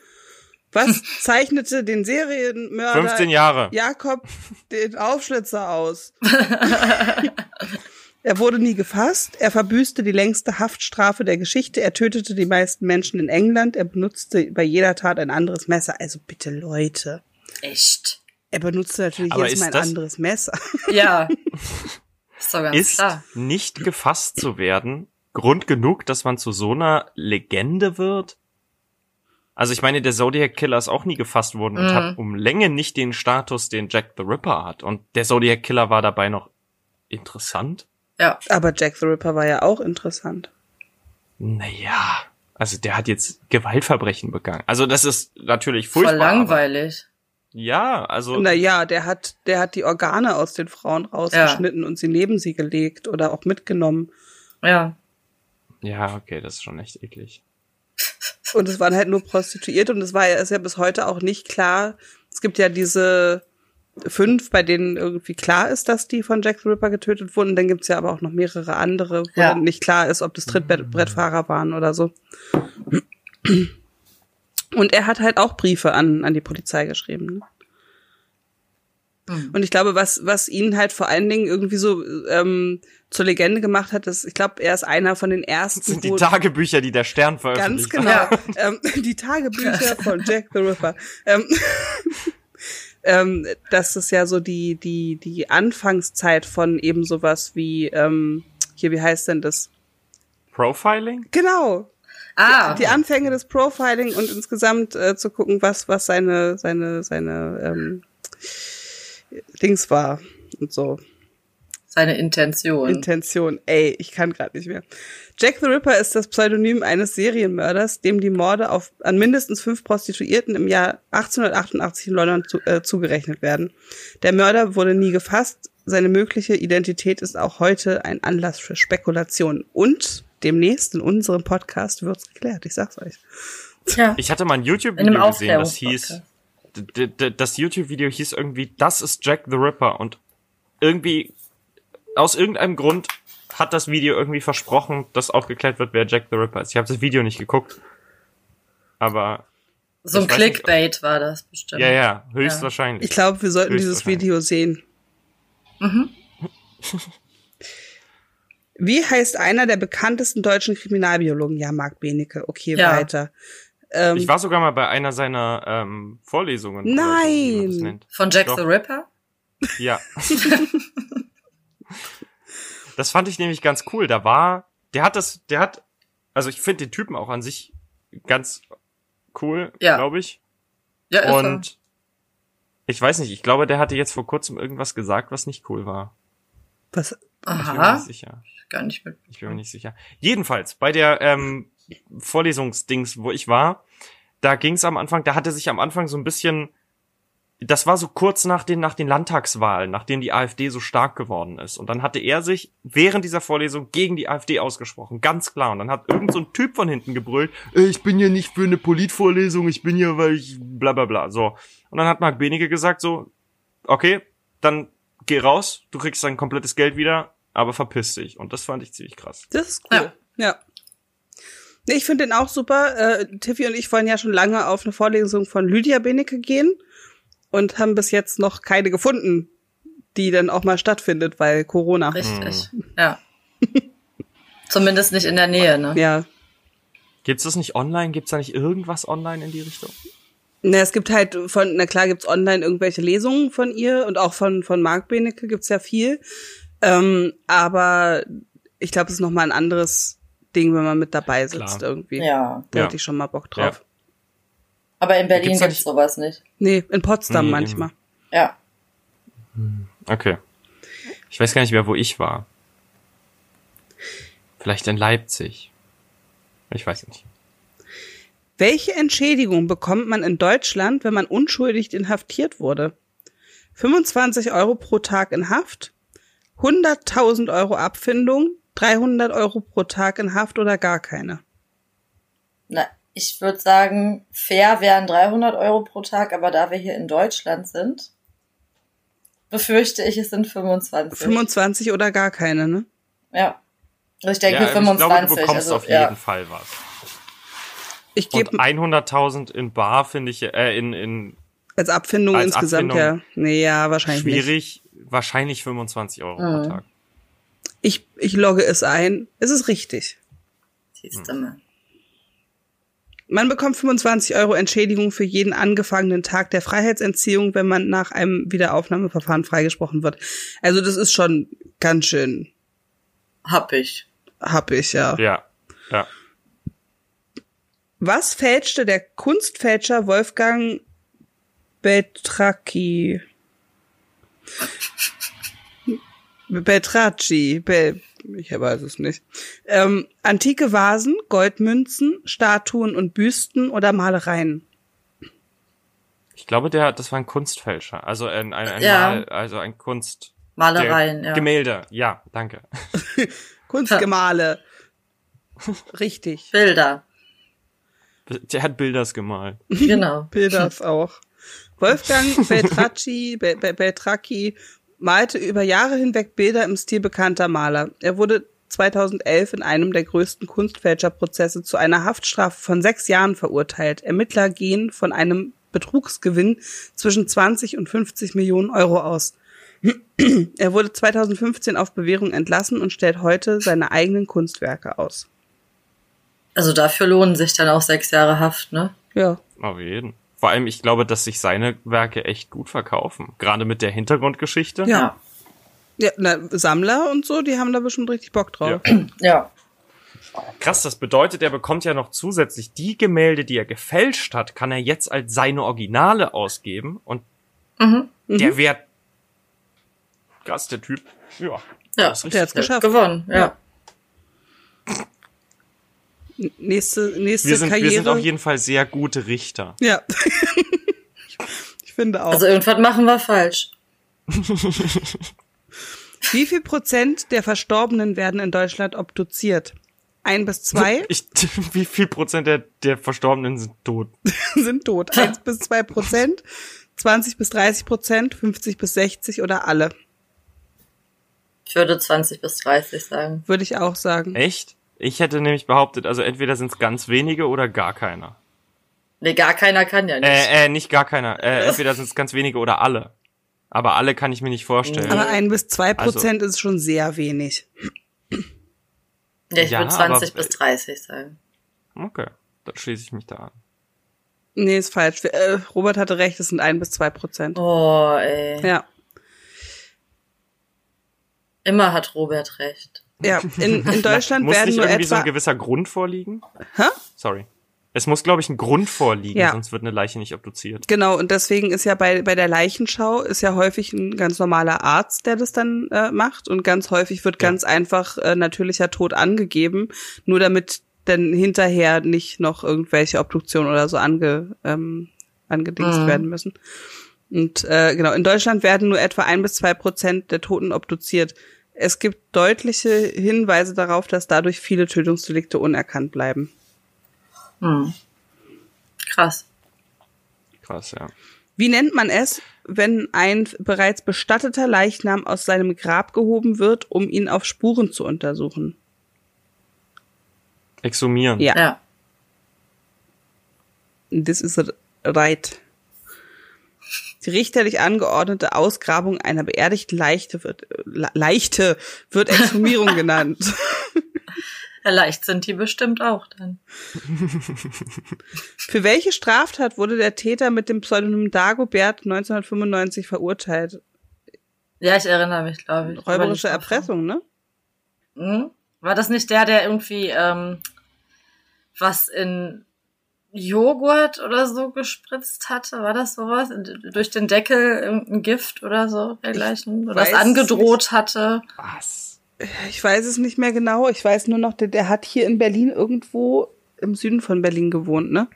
Was zeichnete den Serienmörder
15 Jahre.
Jakob den Aufschlitzer aus? er wurde nie gefasst, er verbüßte die längste Haftstrafe der Geschichte, er tötete die meisten Menschen in England, er benutzte bei jeder Tat ein anderes Messer. Also bitte Leute.
Echt?
Er benutzte natürlich
Aber
jetzt
ist
mal ein
das-
anderes Messer.
Ja. Ist doch ganz
Ist
klar.
nicht gefasst zu werden Grund genug, dass man zu so einer Legende wird? Also ich meine, der Zodiac Killer ist auch nie gefasst worden und
Mhm.
hat um Länge nicht den Status, den Jack the Ripper hat. Und der Zodiac Killer war dabei noch interessant.
Ja.
Aber Jack the Ripper war ja auch interessant.
Naja, also der hat jetzt Gewaltverbrechen begangen. Also das ist natürlich furchtbar.
Voll
aber-
langweilig.
Ja, also
Naja, der hat, der hat die Organe aus den Frauen rausgeschnitten und sie neben sie gelegt oder auch mitgenommen.
Ja.
ja, okay, das ist schon echt eklig.
Und es waren halt nur Prostituierte und es war ja, ist ja bis heute auch nicht klar. Es gibt ja diese fünf, bei denen irgendwie klar ist, dass die von Jack the Ripper getötet wurden. Dann gibt's ja aber auch noch mehrere andere, wo
Ja.
dann nicht klar ist, ob das Trittbrettfahrer waren oder so. Und er hat halt auch Briefe an, an die Polizei geschrieben. Ne?
Hm. Mhm.
Und ich glaube, was, was ihn halt vor allen Dingen irgendwie so ähm, zur Legende gemacht hat, ist, ich glaube, er ist einer von den ersten.
Das sind die
wo-
Tagebücher, die der Stern
Ganz
veröffentlicht.
genau.
Ja.
Ähm, die Tagebücher von Jack the Ripper. Ähm, ähm, das ist ja so die, die, die Anfangszeit von eben sowas wie, ähm, hier, wie heißt denn das?
Profiling?
Genau.
Ah,
Die Anfänge des Profiling und insgesamt äh, zu gucken, was, was seine, seine, seine ähm, Dings war und so.
seine Intention.
Intention. Ey, ich kann gerade nicht mehr. Jack the Ripper ist das Pseudonym eines Serienmörders, dem die Morde auf, an mindestens fünf Prostituierten im Jahr 1888 in London zu, äh, zugerechnet werden. Der Mörder wurde nie gefasst. Seine mögliche Identität ist auch heute ein Anlass für Spekulationen. Und demnächst in unserem Podcast wird's geklärt. Ich sag's euch.
Tja.
Ich hatte mal ein
In einem
YouTube-Video gesehen, das hieß,
Aufklärungspodcast.
d- d- das YouTube-Video hieß irgendwie, das ist Jack the Ripper und irgendwie, aus irgendeinem Grund hat das Video irgendwie versprochen, dass aufgeklärt wird, wer Jack the Ripper ist. Ich habe das Video nicht geguckt, aber
So ein
Ich weiß nicht, ob-
Clickbait war das bestimmt.
ja, ja,
Ich
höchstwahrscheinlich.
glaube, wir sollten dieses
Höchstwahrscheinlich.
Video sehen.
Mhm.
Wie heißt einer der bekanntesten deutschen Kriminalbiologen? Ja, Marc Benecke. Okay,
Ja.
weiter. Ähm,
Ich war sogar mal bei einer seiner ähm, Vorlesungen. oder so, wie man das
Nein.
nennt.
Von Jack
Doch.
the Ripper?
Ja. das fand ich nämlich ganz cool. Da war, der hat das, der hat, also ich finde den Typen auch an sich ganz cool,
Ja.
glaube ich.
Ja, ist er.
Und ich weiß nicht, ich glaube, der hatte jetzt vor kurzem irgendwas gesagt, was nicht cool war.
was,
Ich bin mir
Aha,
nicht sicher.
gar nicht mit.
Ich bin mir nicht sicher. Jedenfalls, bei der ähm, Vorlesungsdings, wo ich war, da ging es am Anfang, da hatte sich am Anfang so ein bisschen, das war so kurz nach den, nach den Landtagswahlen, nachdem die AfD so stark geworden ist. Und dann hatte er sich während dieser Vorlesung gegen die AfD ausgesprochen, ganz klar. Und dann hat irgend so ein Typ von hinten gebrüllt, "Äh, ich bin hier nicht für eine Politvorlesung, ich bin hier, weil ich bla bla bla. So. Und dann hat Marc Benecke gesagt so, okay, dann geh raus, du kriegst dein komplettes Geld wieder, aber verpiss dich. Und das fand ich ziemlich krass.
das ist cool. Ja. Nee, Ich finde den auch super. Äh, Tiffy und ich wollen ja schon lange auf eine Vorlesung von Lydia Benecke gehen und haben bis jetzt noch keine gefunden, die dann auch mal stattfindet, weil Corona.
Richtig.
Hm.
Ja. Zumindest nicht in der Nähe, ne?
Ja.
Gibt's das nicht online? Gibt's da nicht irgendwas online in die Richtung?
Na, es gibt halt von, na klar gibt's online irgendwelche Lesungen von ihr und auch von, von Marc Benecke gibt's ja viel. Ähm, aber ich glaube, es ist nochmal ein anderes Ding, wenn man mit dabei sitzt
Klar.
irgendwie.
Ja.
Da
Ja.
hätte ich schon mal Bock drauf.
Aber in Berlin
Gibt's
gibt's
da nicht-
sowas nicht.
Nee, in Potsdam
Nee,
manchmal.
Ja.
Okay. Ich weiß gar nicht mehr, wo ich war. Vielleicht in Leipzig. Ich weiß nicht.
Welche Entschädigung bekommt man in Deutschland, wenn man unschuldig inhaftiert wurde? 25 Euro pro Tag in Haft, 100.000 Euro Abfindung, 300 Euro pro Tag in Haft oder gar keine.
Na, ich würde sagen, fair wären 300 Euro pro Tag, aber da wir hier in Deutschland sind, befürchte ich, es sind 25.
25 oder gar keine, ne?
ja. Also Ich denke
ich glaube,
25.
du bekommst
also,
auf
ja.
jeden Fall was.
Ich
Und
gebe
100.000 in Bar finde ich, äh, in, in
als Abfindung
als
insgesamt
Abfindung
ja. Nee, ja, wahrscheinlich nicht.
schwierig, wahrscheinlich 25 Euro pro
Mhm.
Tag.
Ich, ich logge es ein. Es ist richtig.
Siehst du mal.
Man bekommt 25 Euro Entschädigung für jeden angefangenen Tag der Freiheitsentziehung, wenn man nach einem Wiederaufnahmeverfahren freigesprochen wird. Also das ist schon ganz schön
Hab ich.
happig, ja.
Ja, ja.
Was fälschte der Kunstfälscher Wolfgang Beltracchi? Beltracci, Bel ich weiß es nicht. Ähm, antike Vasen, Goldmünzen, Statuen und Büsten oder Malereien.
Ich glaube, der, das war ein Kunstfälscher. Also ein, ein, ein
Ja.
Mal, also ein Kunst. der-
Malereien, ja.
Gemälde, ja, danke.
Kunstgemale. Richtig.
Bilder.
Der hat Bilders gemalt.
Genau.
Bilders auch. Wolfgang Beltracci, Be Be Beltracchi malte über Jahre hinweg Bilder im Stil bekannter Maler. Er wurde 2011 in einem der größten Kunstfälscherprozesse zu einer Haftstrafe von sechs Jahren verurteilt. Ermittler gehen von einem Betrugsgewinn zwischen 20 und 50 Millionen Euro aus. er wurde 2015 auf Bewährung entlassen und stellt heute seine eigenen Kunstwerke aus.
Also dafür lohnen sich dann auch sechs Jahre Haft, ne?
Ja.
Auf jeden. Vor allem, ich glaube, dass sich seine Werke echt gut verkaufen. Gerade mit der Hintergrundgeschichte.
Ja. Ja, na, Sammler und so, die haben da bestimmt richtig Bock drauf.
Ja.
Krass, das bedeutet, er bekommt ja noch zusätzlich die Gemälde, die er gefälscht hat, kann er jetzt als seine Originale ausgeben und
Mhm.
der Wert. Krass, der Typ. Ja.
Ja,
das ist
der hat's
richtig.
geschafft.
Gewonnen, ja.
Nächste, nächste
Wir sind,
Karriere.
wir sind auf jeden Fall sehr gute Richter.
ja. ich finde auch.
Also irgendwas machen wir falsch.
Wie viel Prozent der Verstorbenen werden in Deutschland obduziert? Ein bis zwei
Ich, wie viel Prozent der, der Verstorbenen sind tot?
sind tot. Eins bis zwei Prozent, 20 bis 30 Prozent, 50 bis 60 oder alle.
Ich würde 20 bis 30 sagen.
Würde ich auch sagen.
Echt? Ich hätte nämlich behauptet, also entweder sind es ganz wenige oder gar keiner.
Nee, gar keiner kann ja nicht.
Äh, äh, nicht gar keiner. Äh, entweder sind es ganz wenige oder alle. Aber alle kann ich mir nicht vorstellen.
Aber ein bis zwei
also
Prozent ist schon sehr wenig.
nee, ich
ja,
würde 20
aber-
bis 30 sagen.
okay, dann schließe ich mich da an.
Nee, ist falsch. Äh, Robert hatte recht, es sind ein bis zwei Prozent.
Oh, ey.
Ja.
Immer hat Robert recht.
Ja, in, in Deutland
Muss
werden
nicht
nur
irgendwie
etwa
so ein gewisser Grund vorliegen?
Hä?
Sorry. Es muss, glaube ich, ein Grund vorliegen,
Ja.
sonst wird eine Leiche nicht obduziert.
Genau, und deswegen ist ja bei, bei der Leichenschau ist ja häufig ein ganz normaler Arzt, der das dann äh, macht. Und ganz häufig wird
Ja.
ganz einfach äh, natürlicher Tod angegeben, nur damit dann hinterher nicht noch irgendwelche Obduktionen oder so ange, ähm, angedingst
Mhm.
werden müssen. Und äh, genau, in Deutschland werden nur etwa ein bis zwei Prozent der Toten obduziert. Es gibt deutliche Hinweise darauf, dass dadurch viele Tötungsdelikte unerkannt bleiben.
Hm. Krass.
Krass, ja.
Wie nennt man es, wenn ein bereits bestatteter Leichnam aus seinem Grab gehoben wird, um ihn auf Spuren zu untersuchen?
Exhumieren.
Ja.
Ja.
Das ist r- right. Die richterlich angeordnete Ausgrabung einer beerdigten Leichte wird, äh, Le- Leichte wird Exhumierung genannt.
Ja, Leicht sind die bestimmt auch dann.
Für welche Straftat wurde der Täter mit dem Pseudonym Dagobert 1995 verurteilt?
Ja, ich erinnere mich, glaube ich.
Räuberische
Aber nicht davon.
Erpressung, ne?
Hm? War das nicht der, der irgendwie ähm, was in Joghurt oder so gespritzt hatte? War das sowas? Durch den Deckel irgendein Gift oder so dergleichen? Oder was
weiß es
angedroht hatte?
Was?
Ich weiß es nicht mehr genau. Ich weiß nur noch, der, der hat hier in Berlin irgendwo im Süden von Berlin gewohnt, ne?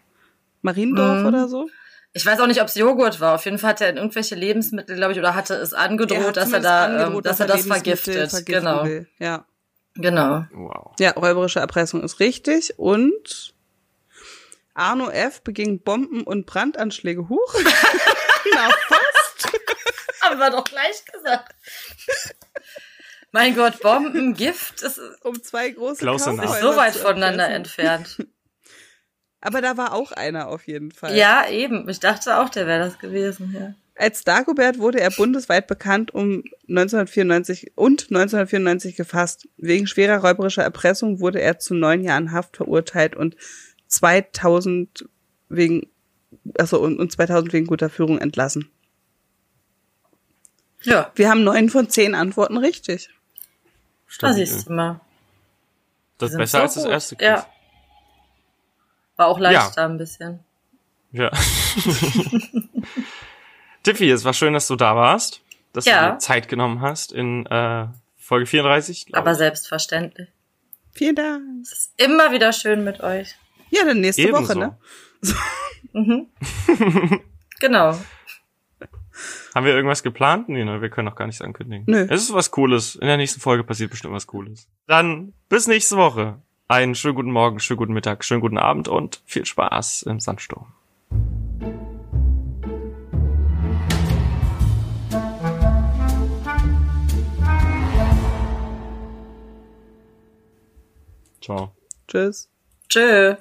Mariendorf
Mhm.
oder so?
Ich weiß auch nicht, ob es Joghurt war. Auf jeden Fall hat er in irgendwelche Lebensmittel, glaube ich, oder hatte es
Der
angedroht,
hat
dass er
zumindest
da, ähm,
angedroht,
dass er das
Lebensmittel
vergiftet.
vergiften
Genau,
will. Ja.
genau.
Wow.
ja, räuberische Erpressung ist richtig. Und Arno F. beging Bomben- und Brandanschläge. Huch. Na, fast.
Haben wir doch gleich gesagt. Mein Gott, Bomben, Gift, das ist
Um zwei große
Close enough.
Cowboys
so weit
zu
voneinander
erpressen.
entfernt.
Aber da war auch einer auf jeden Fall.
Ja, eben. Ich dachte auch, der wäre das gewesen. Ja.
Als Dagobert wurde er bundesweit bekannt um 1994 und 1994 gefasst. Wegen schwerer räuberischer Erpressung wurde er zu neun Jahren Haft verurteilt und 2000 wegen, also und, und 2000 wegen guter Führung entlassen.
ja.
Wir haben neun von zehn Antworten richtig.
Da
Stabil.
siehst du mal.
äh, Das ist
Die sind
besser
so
als das
gut.
erste Quiz.
Ja. War auch leichter ein bisschen.
Ja. Tiffy, es war schön, dass du da warst, dass
Ja.
du dir Zeit genommen hast in äh, Folge 34. glaub
Aber
ich.
selbstverständlich.
Vielen Dank.
Es ist immer wieder schön mit euch.
Ja, dann nächste
Ebenso.
Woche, ne?
Mhm. genau.
Haben wir irgendwas geplant? Nee, ne, wir können noch gar nichts ankündigen.
Nö.
Es ist was Cooles. In der nächsten Folge passiert bestimmt was Cooles. Dann bis nächste Woche. Einen schönen guten Morgen, schönen guten Mittag, schönen guten Abend und viel Spaß im Sandsturm. Ciao.
Tschüss.
Tschö.